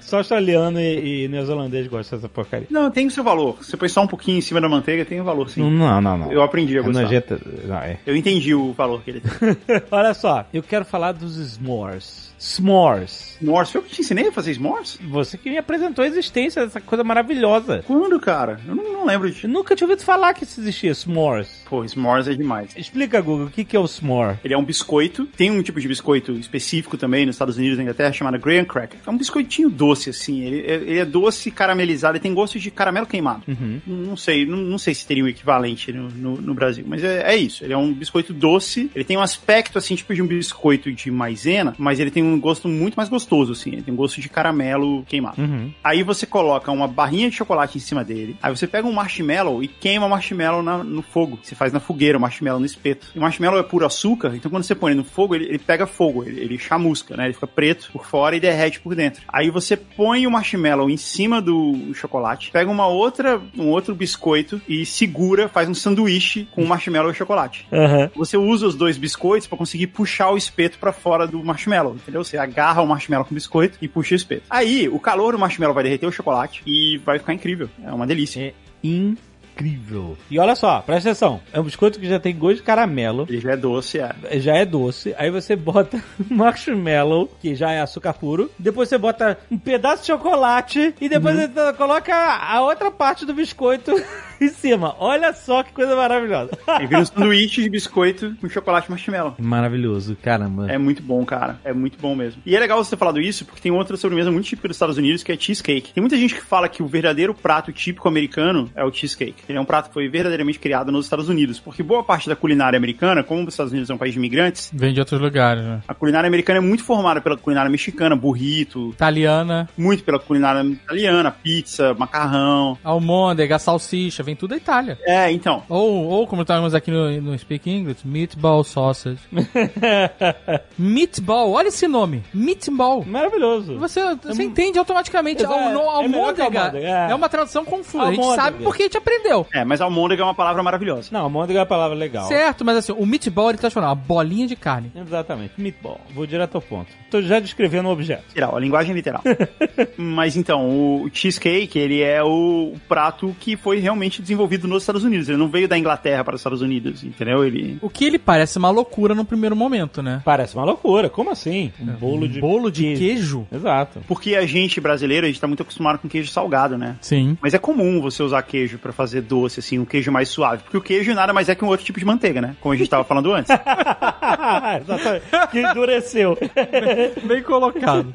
B: Só australiano e, e neozelandês gostam dessa porcaria.
C: Não, tem o seu valor. Se você põe só um pouquinho em cima da manteiga, tem o valor,
D: Hum.
C: sim.
B: Não, não, não.
C: Eu aprendi a
B: é
C: gostar.
B: nojento. Não, é.
C: Eu entendi o valor que ele
D: [LAUGHS]
C: tem.
B: Olha só, eu quero falar dos s'mores. S'mores.
C: S'mores. Foi eu que te ensinei a fazer s'mores?
B: Você que me apresentou a existência dessa coisa maravilhosa.
C: Quando, cara? Eu não, não lembro
B: Eu
C: disso.
B: nunca tinha ouvido falar que isso existia, s'mores.
C: Pô, s'mores é demais.
B: Explica, Google, o que, que é o s'more?
C: Ele é um biscoito. Tem um tipo de biscoito específico também nos Estados Unidos e na Inglaterra chamado graham cracker. É um biscoitinho doce, assim. Ele é, ele é doce caramelizado. Ele tem gosto de caramelo queimado. Não, não sei, não, não sei se teria o equivalente no, no- no Brasil. Mas é, é isso. Ele é um biscoito doce. Ele tem um aspecto, assim, tipo de um biscoito de maisena. Mas ele tem um gosto muito mais gostoso, assim. Ele tem um gosto de caramelo queimado. Aí você coloca uma barrinha de chocolate em cima dele. Aí você pega um marshmallow e queima o marshmallow na- no fogo. Você faz na fogueira, o marshmallow no espeto. E o marshmallow é puro açúcar, então quando você põe ele no fogo, ele, ele pega fogo, ele, ele chamusca, né? Ele fica preto por fora e derrete por dentro. Aí você põe o marshmallow em cima do chocolate, pega uma outra, um outro biscoito e segura, faz um sanduíche com o marshmallow e chocolate.
B: Aham.
C: Você usa os dois biscoitos pra conseguir puxar o espeto pra fora do marshmallow, entendeu? Você agarra o marshmallow com o biscoito e puxa o espeto. Aí, o calor do marshmallow vai derreter o chocolate e vai ficar incrível. É uma delícia.
B: É incrível. E olha só, presta atenção. É um biscoito que já tem gosto de caramelo.
C: Ele já é doce, é.
B: já é doce, aí você bota [LAUGHS] um marshmallow, que já é açúcar puro, depois você bota um pedaço de chocolate e depois você coloca a outra parte do biscoito [LAUGHS] em cima. Olha só que coisa maravilhosa.
C: E vira um sanduíche de biscoito com chocolate marshmallow.
B: Maravilhoso, caramba.
C: É muito bom, cara. É muito bom mesmo. E é legal você ter falado isso, porque tem outra sobremesa muito típica dos Estados Unidos, que é cheesecake. Tem muita gente que fala que o verdadeiro prato típico americano é o cheesecake. Ele é um prato que foi verdadeiramente criado nos Estados Unidos, porque boa parte da culinária americana, como os Estados Unidos é um país de imigrantes,
D: Vem de outros lugares, né?
C: a culinária americana é muito formada pela culinária mexicana, burrito,
D: Italiana,
C: muito pela culinária italiana, pizza, macarrão.
D: almôndega, salsicha, vem tudo da Itália.
C: É, então,
D: Ou, ou como estávamos aqui no, no Speak English, meatball sausage. meatball, olha esse nome.
B: [LAUGHS]
D: Meatball.
B: Maravilhoso.
D: Você, você entende automaticamente.
B: Exato,
D: Al- no-
B: é melhor que
D: almôndega
B: almôndega, é.
D: é. uma tradução confusa. A gente
B: Almôndega.
D: sabe porque a gente aprendeu.
C: É, mas almôndega é uma palavra maravilhosa.
B: Não, almôndega é uma palavra legal.
D: Certo, mas assim, o meatball ele tá chamando uma bolinha de carne.
B: Exatamente. Meatball. Vou direto ao ponto. Tô já descrevendo o objeto.
C: Literal, a linguagem é literal. Mas então, o cheesecake, ele é o prato que foi realmente desenvolvido nos Estados Unidos. Ele não veio da Inglaterra para os Estados Unidos, entendeu? Ele.
D: O que ele parece uma loucura no primeiro momento, né?
B: Parece uma loucura. Como assim? Um bolo de...
D: Bolo de queijo?
B: Exato. [LAUGHS]
C: Porque a gente brasileiro, a gente tá muito acostumado com queijo salgado, né?
D: Sim.
C: Mas é comum você usar queijo para fazer doce, assim, um queijo mais suave. Porque o queijo nada mais é que um outro tipo de manteiga, né? Como a gente tava falando antes.
B: Exatamente. Que endureceu. [LAUGHS]
D: Bem [LAUGHS] colocado.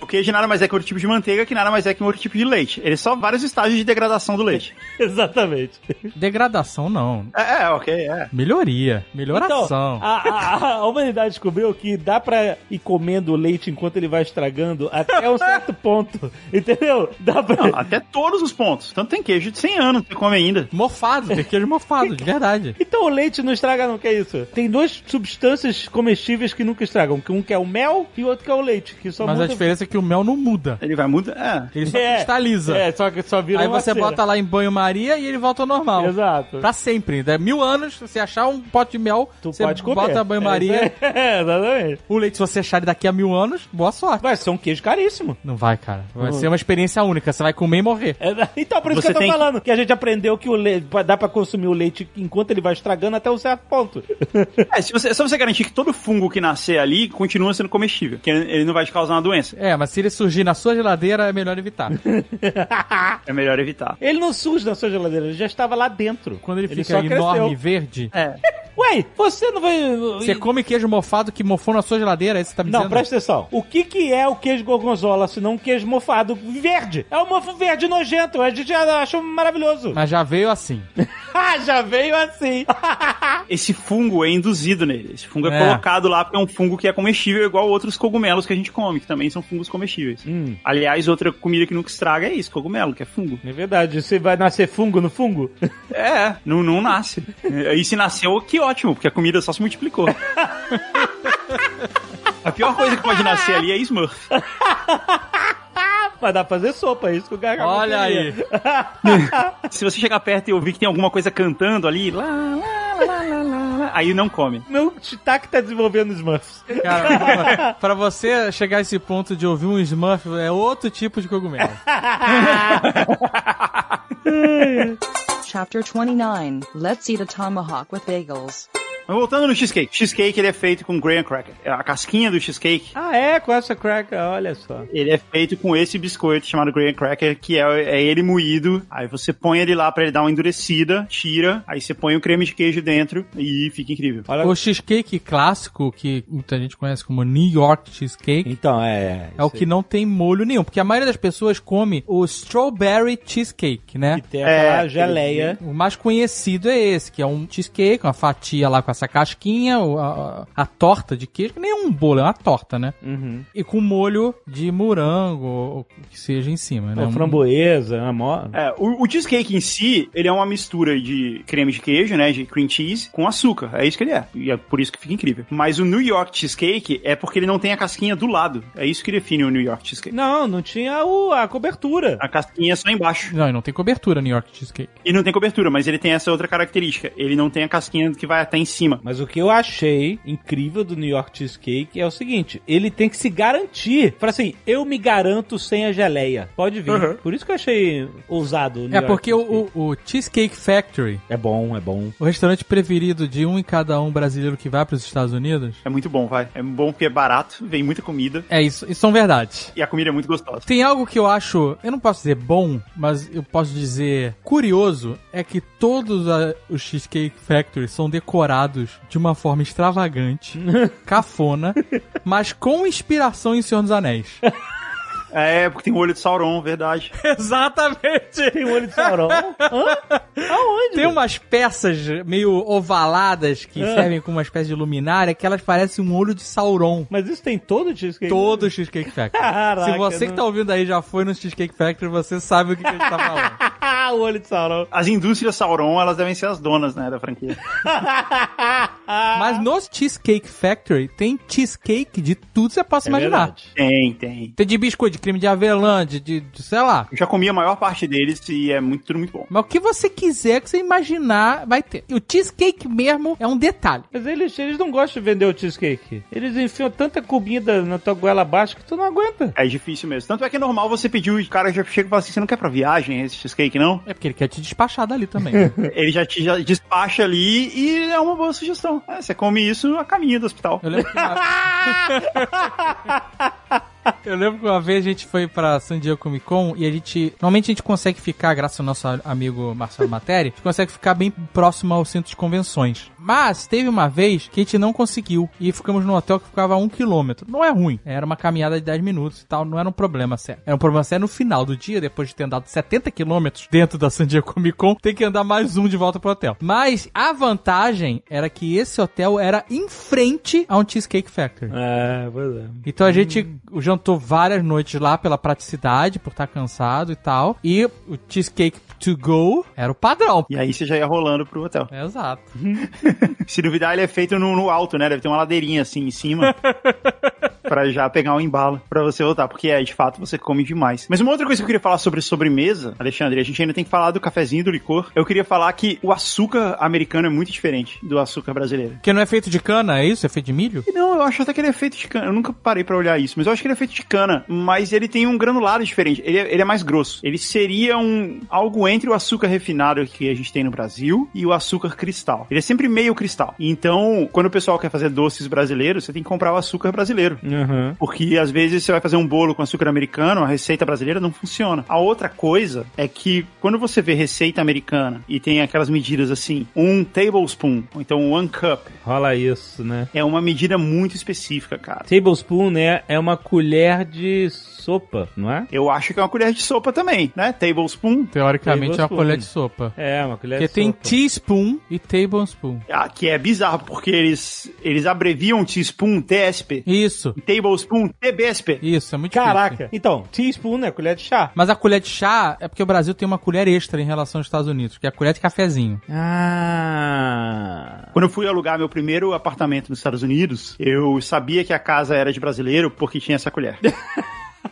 C: O queijo nada mais é que outro tipo de manteiga, que nada mais é que um outro tipo de leite. Ele é só vários estágios de degradação do leite.
B: Exatamente.
D: Degradação não.
C: [LAUGHS] É, é, ok, é.
D: Melhoria.
B: Então,
D: Melhoração.
B: a, a- a humanidade descobriu que dá pra ir comendo o leite enquanto ele vai estragando até um certo ponto. Entendeu? Dá pra.
C: Não, até todos os pontos. Tanto tem queijo de 100 anos, você come ainda.
D: Mofado, tem queijo mofado,
B: [LAUGHS]
D: de verdade.
B: Então o leite não estraga, não, que é isso? Tem duas substâncias comestíveis que nunca estragam. que Um que é o mel e o outro que é o leite. Que só
D: Mas a
B: muda-
D: diferença é que o mel não muda.
C: Ele vai mudar. É.
D: Ele só cristaliza.
B: É, só que só vira
D: Aí
B: uma
D: você
B: cera.
D: bota lá em banho-maria e ele volta ao normal.
B: Exato.
D: Pra sempre. Né? Mil anos, se você achar um pote de mel,
B: Tu
D: você
B: pode comer.
D: bota banho-maria.
B: [LAUGHS] É, exatamente.
D: O leite, se você achar ele daqui a mil anos, boa sorte.
B: Vai ser um queijo caríssimo.
D: Não vai, cara. Vai ser uma experiência única. Você vai comer e morrer.
B: É, [LAUGHS] Então, por isso
C: Você
B: que eu tô
C: tem que-
B: falando, que a gente aprendeu que o leite, dá pra consumir o leite enquanto ele vai estragando até um certo ponto.
C: É, se você, é só você garantir que todo fungo que nascer ali continua sendo comestível, que ele ele não vai te causar uma doença.
D: É, mas se ele surgir na sua geladeira, é melhor
B: [LAUGHS]
D: evitar.
C: É melhor evitar.
B: Ele não surge na sua geladeira, ele já estava lá dentro.
D: Quando ele
B: só
D: fica
B: cresceu. É.
D: enorme e verde,
B: Ué, você não vai.
D: você come queijo mofado que mofou na sua geladeira, aí você tá me
B: Não,
D: dizendo?
B: presta atenção. O que, que é o queijo gorgonzola, se não um queijo mofado verde? É um mofo verde nojento. A gente acha maravilhoso.
D: Mas já veio assim.
B: [LAUGHS] Ah, já veio assim.
C: Esse fungo é induzido nele. Esse fungo é,
D: É.
C: colocado lá porque é um fungo que é comestível, igual outros cogumelos que a gente come, que também são fungos comestíveis. Aliás, outra comida que nunca estraga é isso, cogumelo, que é fungo.
B: É verdade, você vai nascer fungo no fungo?
C: É, não, não nasce. E se nasceu, que ótimo, porque a comida só se multiplicou. A pior coisa que pode nascer ali é Smurf.
B: [LAUGHS] Vai dar pra fazer sopa, é isso que o gargalo
D: Olha
B: queria.
D: aí.
C: Se você chegar perto e ouvir que tem alguma coisa cantando ali, lá, lá, lá, lá, lá, lá, aí não come.
B: Meu Titac tá desenvolvendo Smurfs.
D: Cara, pra- pra você chegar a esse ponto de ouvir um Smurf é outro tipo de cogumelo.
E: Chapter 29 Let's Eat a Tomahawk with Bagels.
C: Mas voltando no cheesecake. Cheesecake ele é feito com graham cracker. É, A casquinha do cheesecake,
B: Ah, é? Com essa cracker, olha só.
C: ele é feito com esse biscoito chamado graham cracker, que é, é ele moído. Aí você põe ele lá pra ele dar uma endurecida, tira, aí você põe o creme de queijo dentro e fica incrível.
B: Olha...
D: O cheesecake clássico, que muita gente conhece como New York Cheesecake,
B: Então, é...
D: é o que não tem molho nenhum. Porque a maioria das pessoas come o Strawberry Cheesecake, né?
B: Que tem aquela
C: É,
B: geleia.
D: O mais conhecido é esse, que é um cheesecake, uma fatia lá com essa casquinha, o- a, a- a torta de queijo, que nem um bolo, é uma torta, né?
B: Uhum.
D: E com molho de morango, ou o que seja em cima, né?
B: Ou framboesa, a mó...
C: É, o, o cheesecake em si, ele é uma mistura de creme de queijo, né, de cream cheese, com açúcar. É isso que ele é. E é por isso que fica incrível. Mas o New York Cheesecake é porque ele não tem a casquinha do lado. É isso que define o New York Cheesecake.
B: Não, não tinha o, a cobertura.
C: A casquinha é só embaixo.
D: Não, e não tem cobertura New York Cheesecake.
C: E não tem cobertura, mas ele tem essa outra característica. Ele não tem a casquinha que vai até em cima.
B: Mas o que eu achei incrível do New York Cheesecake é o seguinte: ele tem que se garantir. Fala assim, eu me garanto sem a geleia. Pode vir.
C: Uhum.
B: Por isso que eu achei ousado o New
D: É
B: York
D: porque
B: Cheesecake.
D: o, o- o Cheesecake Factory,
B: É bom, é bom.
D: o restaurante preferido de um em cada um brasileiro que vai para os Estados Unidos,
C: É muito bom, vai. É bom porque é barato, vem muita comida
D: é isso, isso são verdades.
C: e a comida é muito gostosa.
D: Tem algo que eu acho, eu não posso dizer bom, mas eu posso dizer curioso, é que todos a- os Cheesecake Factory são decorados de uma
B: [LAUGHS]
D: forma extravagante, cafona, mas com inspiração em Senhor dos Anéis.
C: É, porque tem o olho de Sauron, verdade.
D: Exatamente!
B: Tem um olho de Sauron. Hã? Aonde?
D: Tem umas peças meio ovaladas que
B: Ah.
D: servem como uma espécie de luminária que elas parecem um olho de Sauron.
B: Mas isso tem todo o Cheesecake? [LAUGHS]
D: Todo o Cheesecake Factory.
B: Caraca,
D: Se você que
B: não-
D: tá ouvindo aí já foi no Cheesecake Factory, você sabe o que, que a gente
B: [LAUGHS]
D: tá falando.
B: Ah, o olho de Sauron.
C: As indústrias Sauron, elas devem ser as donas, né, da franquia.
D: [LAUGHS] Mas no Cheesecake Factory tem cheesecake de tudo que você possa imaginar.
B: É verdade.
C: Tem, tem.
D: Tem de biscoito, de creme de avelã, de, de- de- sei lá.
C: Eu já comi a maior parte deles e é muito, tudo muito bom.
D: Mas o que você quiser que você imaginar, vai ter. E o cheesecake mesmo é um detalhe.
B: Mas eles, eles não gostam de vender o cheesecake. Eles enfiam tanta comida na tua goela abaixo que tu não aguenta.
C: É difícil mesmo. Tanto é que é normal você pedir, o cara já chega e fala assim, você não quer pra viagem esse cheesecake, não?
D: É porque ele quer te despachar dali também. né?
C: Ele já te já despacha ali e é uma boa sugestão. É, você come isso a caminho do hospital.
D: Eu lembro que uma... Eu lembro que uma vez a gente foi pra San Diego Comic Con e a gente. Normalmente a gente consegue ficar, graças ao nosso amigo Marcelo Matéria, [LAUGHS] a gente consegue ficar bem próximo ao centro de convenções. Mas teve uma vez que a gente não conseguiu e ficamos num hotel que ficava a um quilômetro. Não é ruim, era uma caminhada de 10 minutos e tal, não era um problema sério. Era um problema sério no final do dia, depois de ter andado 70 quilômetros dentro da San Diego Comic Con, tem que andar mais um de volta pro hotel. Mas a vantagem era que esse hotel era em frente a um Cheesecake Factory.
B: É, pois é.
D: Então a gente jantou várias noites lá pela praticidade, por estar cansado e tal. E o cheesecake to go era o padrão.
C: E aí você já ia rolando pro hotel.
D: Exato.
C: Se duvidar, ele é feito no, no alto, né? Deve ter uma ladeirinha assim em cima. pra já pegar um embalo pra você voltar. Porque é, de fato, você come demais. Mas uma outra coisa que eu queria falar sobre sobremesa, Alexandre, a gente ainda tem que falar do cafezinho e do licor. Eu queria falar que o açúcar americano é muito diferente do açúcar brasileiro.
D: Porque não é feito de cana, é isso? É feito de milho?
C: E Não, eu acho até que ele é feito de cana. Eu nunca parei pra olhar isso, mas eu acho que ele é feito de cana. Mas ele tem um granulado diferente. Ele é, ele é mais grosso. Ele seria um algo entre o açúcar refinado que a gente tem no Brasil e o açúcar cristal. Ele é sempre meio cristal. Então, quando o pessoal quer fazer doces brasileiros, você tem que comprar o açúcar brasileiro.
B: Uhum.
C: Porque às vezes você vai fazer um bolo com açúcar americano, a receita brasileira não funciona. A outra coisa é que quando você vê receita americana e tem aquelas medidas assim, um tablespoon, ou então one cup,
B: Rola isso, né?
C: é uma medida muito específica, cara.
B: Tablespoon, né? É uma colher de sopa, não é?
C: Eu acho que é uma colher de sopa também, né? Tablespoon.
D: Teoricamente é uma
B: Tablespoon.
D: colher de sopa.
B: É, uma colher
D: Porque
B: de
D: tem
B: sopa.
D: teaspoon e tablespoon.
C: Ah, que é bizarro, porque eles, eles abreviam teaspoon, TSP.
D: Isso,
C: Tablespoon, TBSP.
D: isso, é muito difícil.
B: Caraca. Então, teaspoon, né? Colher de chá.
D: Mas a colher de chá é porque o Brasil tem uma colher extra em relação aos Estados Unidos, que é a colher de cafezinho.
B: Ah.
C: Quando eu fui alugar meu primeiro apartamento nos Estados Unidos, eu sabia que a casa era de brasileiro porque tinha essa colher.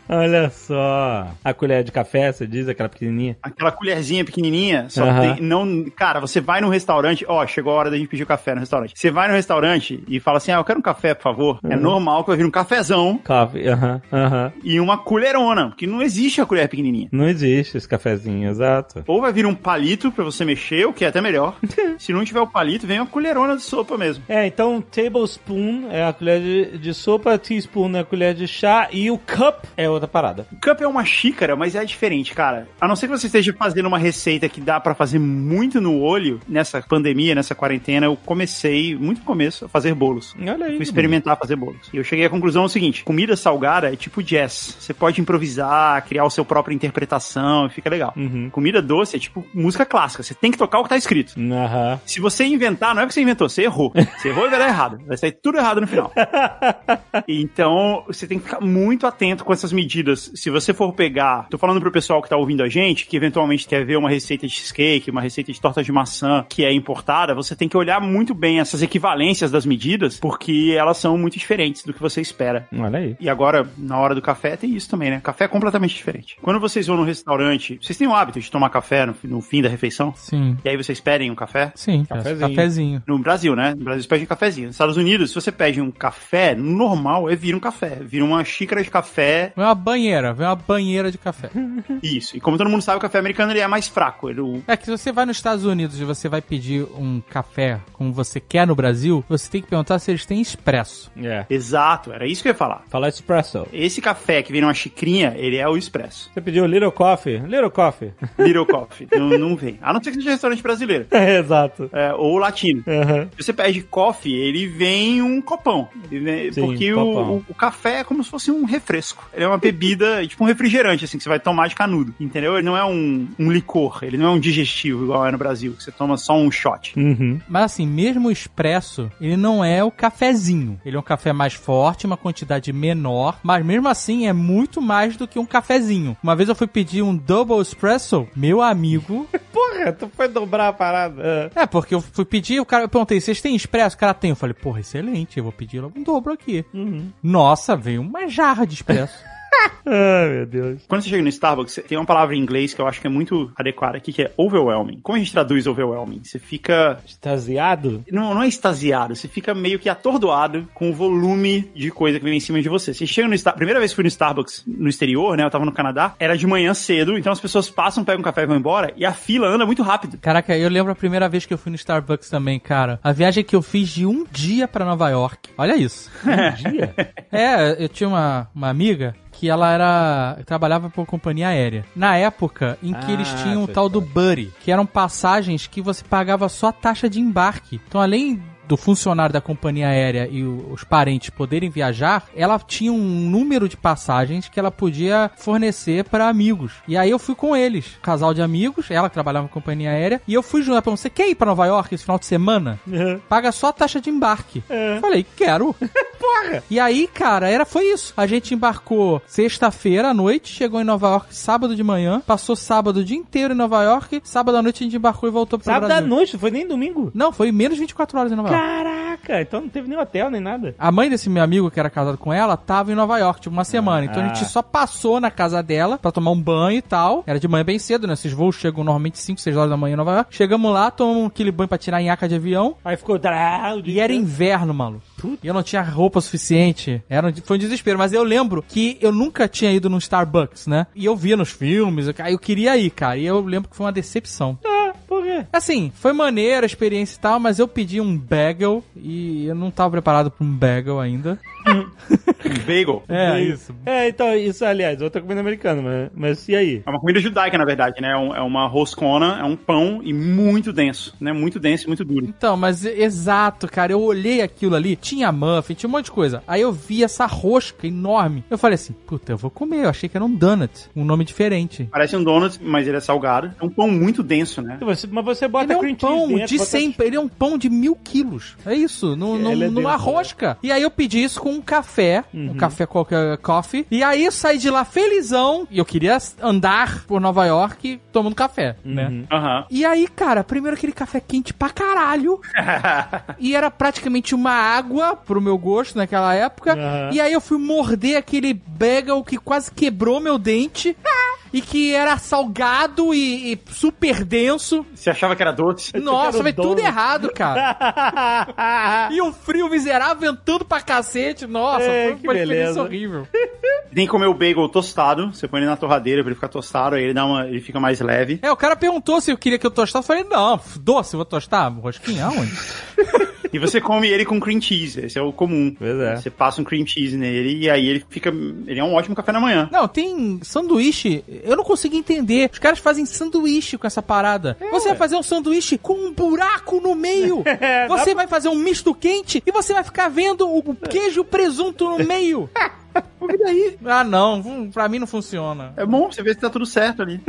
B: Olha só. A colher de café, você diz, aquela pequenininha.
C: Aquela colherzinha pequenininha, só
B: Aham.
C: tem- não, cara, você vai num restaurante, ó, chegou a hora da gente pedir o café no restaurante. Você vai no restaurante e fala assim: "Ah, eu quero um café, por favor". É normal que vai vir um cafezão
B: Coffee, aham, aham.
C: e uma colherona, porque não existe a colher pequenininha.
B: Não existe esse cafezinho, exato.
C: Ou vai vir um palito pra você mexer, o que é
B: [LAUGHS]
C: até melhor. Se não tiver o palito, vem uma colherona de sopa mesmo.
B: É, então tablespoon é a colher de, de sopa, teaspoon é a colher de chá e o cup é outra parada.
C: Cup é uma xícara, mas é diferente, cara. A não ser que você esteja fazendo uma receita que dá pra fazer muito no olho, nessa pandemia, nessa quarentena, eu comecei, muito no começo, a fazer bolos.
B: Olha aí.
C: Fui experimentar fazer bolos. E eu cheguei à conclusão seguinte: comida salgada é tipo jazz. Você pode improvisar, criar o seu próprio interpretação, e fica legal.
B: Uhum.
C: Comida doce é tipo música clássica. Você tem que tocar o que tá escrito.
B: Aham.
C: Se você inventar, não é porque você inventou, você errou. Você errou e vai dar errado. Vai sair tudo errado no final. Então, você tem que ficar muito atento com essas medidas, se você for pegar, tô falando pro pessoal que tá ouvindo a gente, que eventualmente quer ver uma receita de cheesecake, uma receita de torta de maçã que é importada, você tem que olhar muito bem essas equivalências das medidas, porque elas são muito diferentes do que você espera.
B: Olha aí.
C: E agora, na hora do café, tem isso também, né? Café é completamente diferente. Quando vocês vão no restaurante, vocês têm o hábito de tomar café no, no fim da refeição?
D: Sim.
C: E aí vocês pedem um café?
D: Sim,
B: Cafezinho.
D: cafezinho. cafezinho.
C: No Brasil, né? No Brasil, você pede um cafezinho. Nos Estados Unidos, se você pede um café, no normal, é vir um café. Vira uma xícara de café.
D: Vem uma banheira, vem uma banheira de café.
C: Isso. E como todo mundo sabe, o café americano ele é mais fraco. Ele, o-
D: É que se você vai nos Estados Unidos e você vai pedir um café como você quer no Brasil, você tem que perguntar se eles têm expresso.
B: É.
C: Exato, era isso que eu ia falar.
B: Fala espresso.
C: Esse café que vira uma xicrinha, ele é o expresso.
B: Você pediu little coffee? Little coffee.
C: Little [LAUGHS] coffee. não, não vem. A não ser que seja um restaurante brasileiro.
B: [LAUGHS] Exato.
C: É, ou latino.
B: Aham.
C: Se você pede coffee, ele vem um copão. Ele vem-
B: Sim,
C: porque o-
B: copão.
C: O, o café é como se fosse um refresco. Ele é uma bebida, [LAUGHS] tipo um refrigerante, assim, que você vai tomar de canudo. Entendeu? Ele não é um, um licor, ele não é um digestivo, igual é no Brasil, que você toma só um shot.
B: Uhum.
D: Mas assim, mesmo o expresso, ele não é o cafezinho. Ele é um café mais forte, uma quantidade menor, mas mesmo assim é muito mais do que um cafezinho. Uma vez eu fui pedir um double espresso, meu amigo. [LAUGHS]
B: Porra, tu foi dobrar a parada.
D: É, porque eu fui pedir, o cara, eu perguntei, vocês têm expresso? O cara tem. Eu falei, porra, excelente, eu vou pedir logo um dobro aqui. Nossa, veio uma jarra de expresso.
B: Ai, meu Deus.
C: Quando você chega no Starbucks, tem uma palavra em inglês que eu acho que é muito adequada aqui, que é overwhelming. Como a gente traduz overwhelming? Você fica.
B: Extasiado?
C: Não, não é extasiado, você fica meio que atordoado com o volume de coisa que vem em cima de você. Você chega no Starbucks. Primeira vez que fui no Starbucks no exterior, né? Eu tava no Canadá, era de manhã cedo, então as pessoas passam, pegam um café e vão embora, e a fila anda muito rápido.
D: Caraca, eu lembro a primeira vez que eu fui no Starbucks também, cara. A viagem que eu fiz de um dia pra Nova York. Olha isso.
B: Um [LAUGHS] dia?
D: É, eu tinha uma, uma amiga que ela era trabalhava por companhia aérea. Na época em que
B: Ah,
D: eles tinham o
B: sei é.
D: tal do Buddy, que eram passagens que você pagava só a taxa de embarque. Então, além do funcionário da companhia aérea e o- os parentes poderem viajar, ela tinha um número de passagens que ela podia fornecer para amigos. E aí eu fui com eles, um casal de amigos, ela que trabalhava na companhia aérea, e eu fui junto. Ela perguntou, você quer ir para Nova York esse final de semana? Paga só a taxa de embarque.
B: É.
D: Falei, quero. E aí, cara, era foi isso. A gente embarcou sexta-feira à noite, chegou em Nova York sábado de manhã, passou sábado o dia inteiro em Nova York, sábado à noite a gente embarcou e voltou para
B: Sábado
D: Brasil.
B: à noite, não foi nem domingo.
D: Não, foi menos 24 horas em Nova York.
B: Caraca, então não teve nem hotel nem nada.
D: A mãe desse meu amigo, que era casado com ela, tava em Nova York, tipo, uma semana. Então a
B: Ah.
D: gente só passou na casa dela pra tomar um banho e tal. Era de manhã bem cedo, né? Esses voos chegam normalmente 5, 6 horas da manhã em Nova York. Chegamos lá, tomamos aquele banho pra tirar a nhaca de avião.
B: Aí ficou. Ah,
D: E era inverno, maluco.
B: Puta.
D: E eu não tinha roupa suficiente. Era um- foi um desespero. Mas eu lembro que eu nunca tinha ido num Starbucks, né? E eu via nos filmes, eu, eu queria ir, cara. E eu lembro que foi uma decepção.
B: Ah, por quê?
D: Assim, foi maneira a experiência e tal, mas eu pedi um bagel e eu não tava preparado pra um bagel ainda.
C: [LAUGHS] Bagel.
D: É, isso.
B: É, então, isso, aliás, outra comida americana, mas, mas e aí?
C: É uma comida judaica, na verdade, né? É um- é uma roscona, é um pão e muito denso, né? Muito denso e muito duro.
D: Então, mas e- exato, cara. Eu olhei aquilo ali, tinha muffin, tinha um monte de coisa. Aí eu vi essa rosca enorme. Eu falei assim, puta, eu vou comer. Eu achei que era um donut, um nome diferente.
C: Parece um donut, mas ele é salgado. É um pão muito denso, né?
B: Então, Você- mas você bota
D: Ele é um
B: cream cheese
D: pão
B: dentro,
D: de
B: bota- [LAUGHS]
D: 100, ele é um pão de mil quilos. É isso, num, num-
B: Ele é Uhum.
D: numa
B: denso, né?
D: rosca. E aí eu pedi isso com um café, um café qualquer coffee. E aí eu saí de lá felizão. E eu queria andar por Nova York tomando café,
B: Uhum.
D: né?
C: Aham.
D: E aí, cara, primeiro aquele café quente
B: [LAUGHS]
D: pra caralho. e era praticamente uma água pro meu gosto naquela época.
B: Aham.
D: E aí eu fui morder aquele bagel que quase quebrou meu dente.
B: Ah!
D: E que era salgado e- e super denso.
C: Você achava que era doce?
D: Nossa,
B: quero
D: veio tudo
B: dono.
D: errado,
B: [LAUGHS]
D: cara. E o frio miserável ventando pra cacete. Nossa,
B: É,
D: foi
B: que
D: uma
B: beleza.
D: experiência horrível.
C: Tem que comer o bagel tostado. Você põe ele na torradeira pra ele ficar tostado, aí ele, dá uma, ele fica mais leve.
D: É, o cara perguntou se eu queria que eu tostasse. Eu falei, não, f- doce, eu vou tostar?
B: [LAUGHS]
D: Rosquinha, aonde?
C: E você come ele com cream cheese. Esse é o comum.
B: Pois é.
C: Você passa um cream cheese nele e aí ele fica. Ele é um ótimo café da manhã.
D: Não, tem sanduíche. Eu não consigo entender. Os caras fazem sanduíche com essa parada.
B: É,
D: você vai fazer um sanduíche com um buraco
B: [LAUGHS]
D: no meio.
B: É, [LAUGHS]
D: você vai fazer um misto quente e você vai ficar vendo o queijo e o presunto no meio.
C: e daí?
G: Ah, não. hum, Pra mim não funciona.
C: É bom, você vê se tá tudo
B: [LAUGHS]
C: certo ali.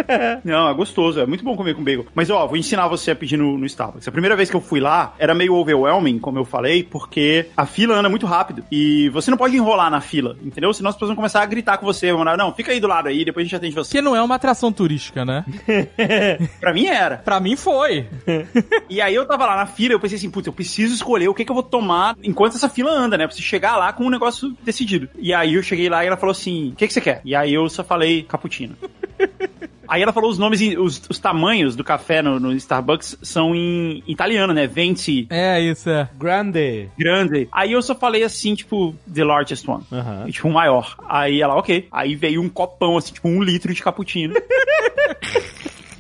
C: Não, é gostoso, é muito bom comer com bacon. Mas ó, vou ensinar você a pedir no, no Starbucks. A primeira vez que eu fui lá, era meio overwhelming, como eu falei, porque a fila anda muito rápido. E você não pode enrolar na fila, entendeu? Senão as pessoas vão começar a gritar com você. Vão, não, fica aí do lado aí, depois a gente atende você.
G: Que não é uma atração turística,
B: [LAUGHS]
G: né?
C: Pra mim era.
G: Pra mim foi.
C: E aí eu tava lá na fila, eu pensei assim, putz, eu preciso escolher o que, que eu vou tomar enquanto essa fila anda, né? Eu preciso chegar lá com o negócio decidido. E aí eu cheguei lá e ela falou assim, o que, que você quer? E aí eu só falei cappuccino. Aí ela falou os nomes, em- os, os tamanhos do café no, no Starbucks são em italiano, né? Venti,
G: É isso, é.
B: Grande.
C: grande. Aí eu só falei assim, tipo, the largest one.
B: Aham.
C: E, tipo, o maior. Aí ela, ok. Aí veio um copão, assim, tipo, um litro de cappuccino.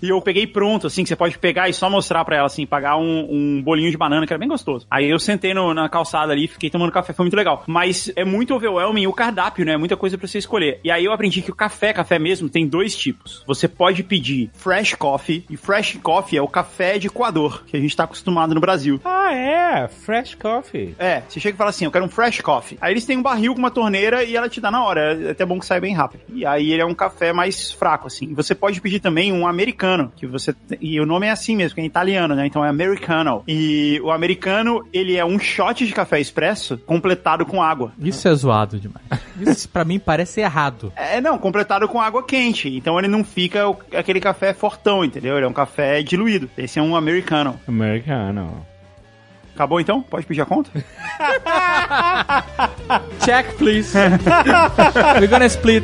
C: E eu peguei pronto, assim, que você pode pegar e só mostrar pra ela, assim, pagar um, um bolinho de banana, que era bem gostoso. Aí eu sentei no- na calçada ali, fiquei tomando café, foi muito legal. Mas é muito overwhelming o cardápio, né? Muita coisa pra você escolher. E aí eu aprendi que o café, café mesmo, tem dois tipos. Você pode pedir fresh coffee, e fresh coffee é o café de Equador, que a gente tá acostumado no Brasil.
B: Ah, é. Fresh coffee.
C: É, você chega e fala assim, eu quero um fresh coffee. Aí eles têm um barril com uma torneira e ela te dá na hora. É até bom que sai bem rápido. E aí ele é um café mais fraco, assim. Você pode pedir também um americano, que você... E o nome é assim mesmo, que é italiano, né? Então é americano. E o americano, ele é um shot de café expresso completado com água.
G: Isso é zoado demais. Isso pra mim parece errado.
C: É, não, completado com água quente. Então ele não fica o- aquele café fortão, entendeu? Ele é um café diluído. Esse é um americano.
B: Americano.
C: Acabou então? Pode pedir a conta?
G: Check, please. [LAUGHS] We're gonna split.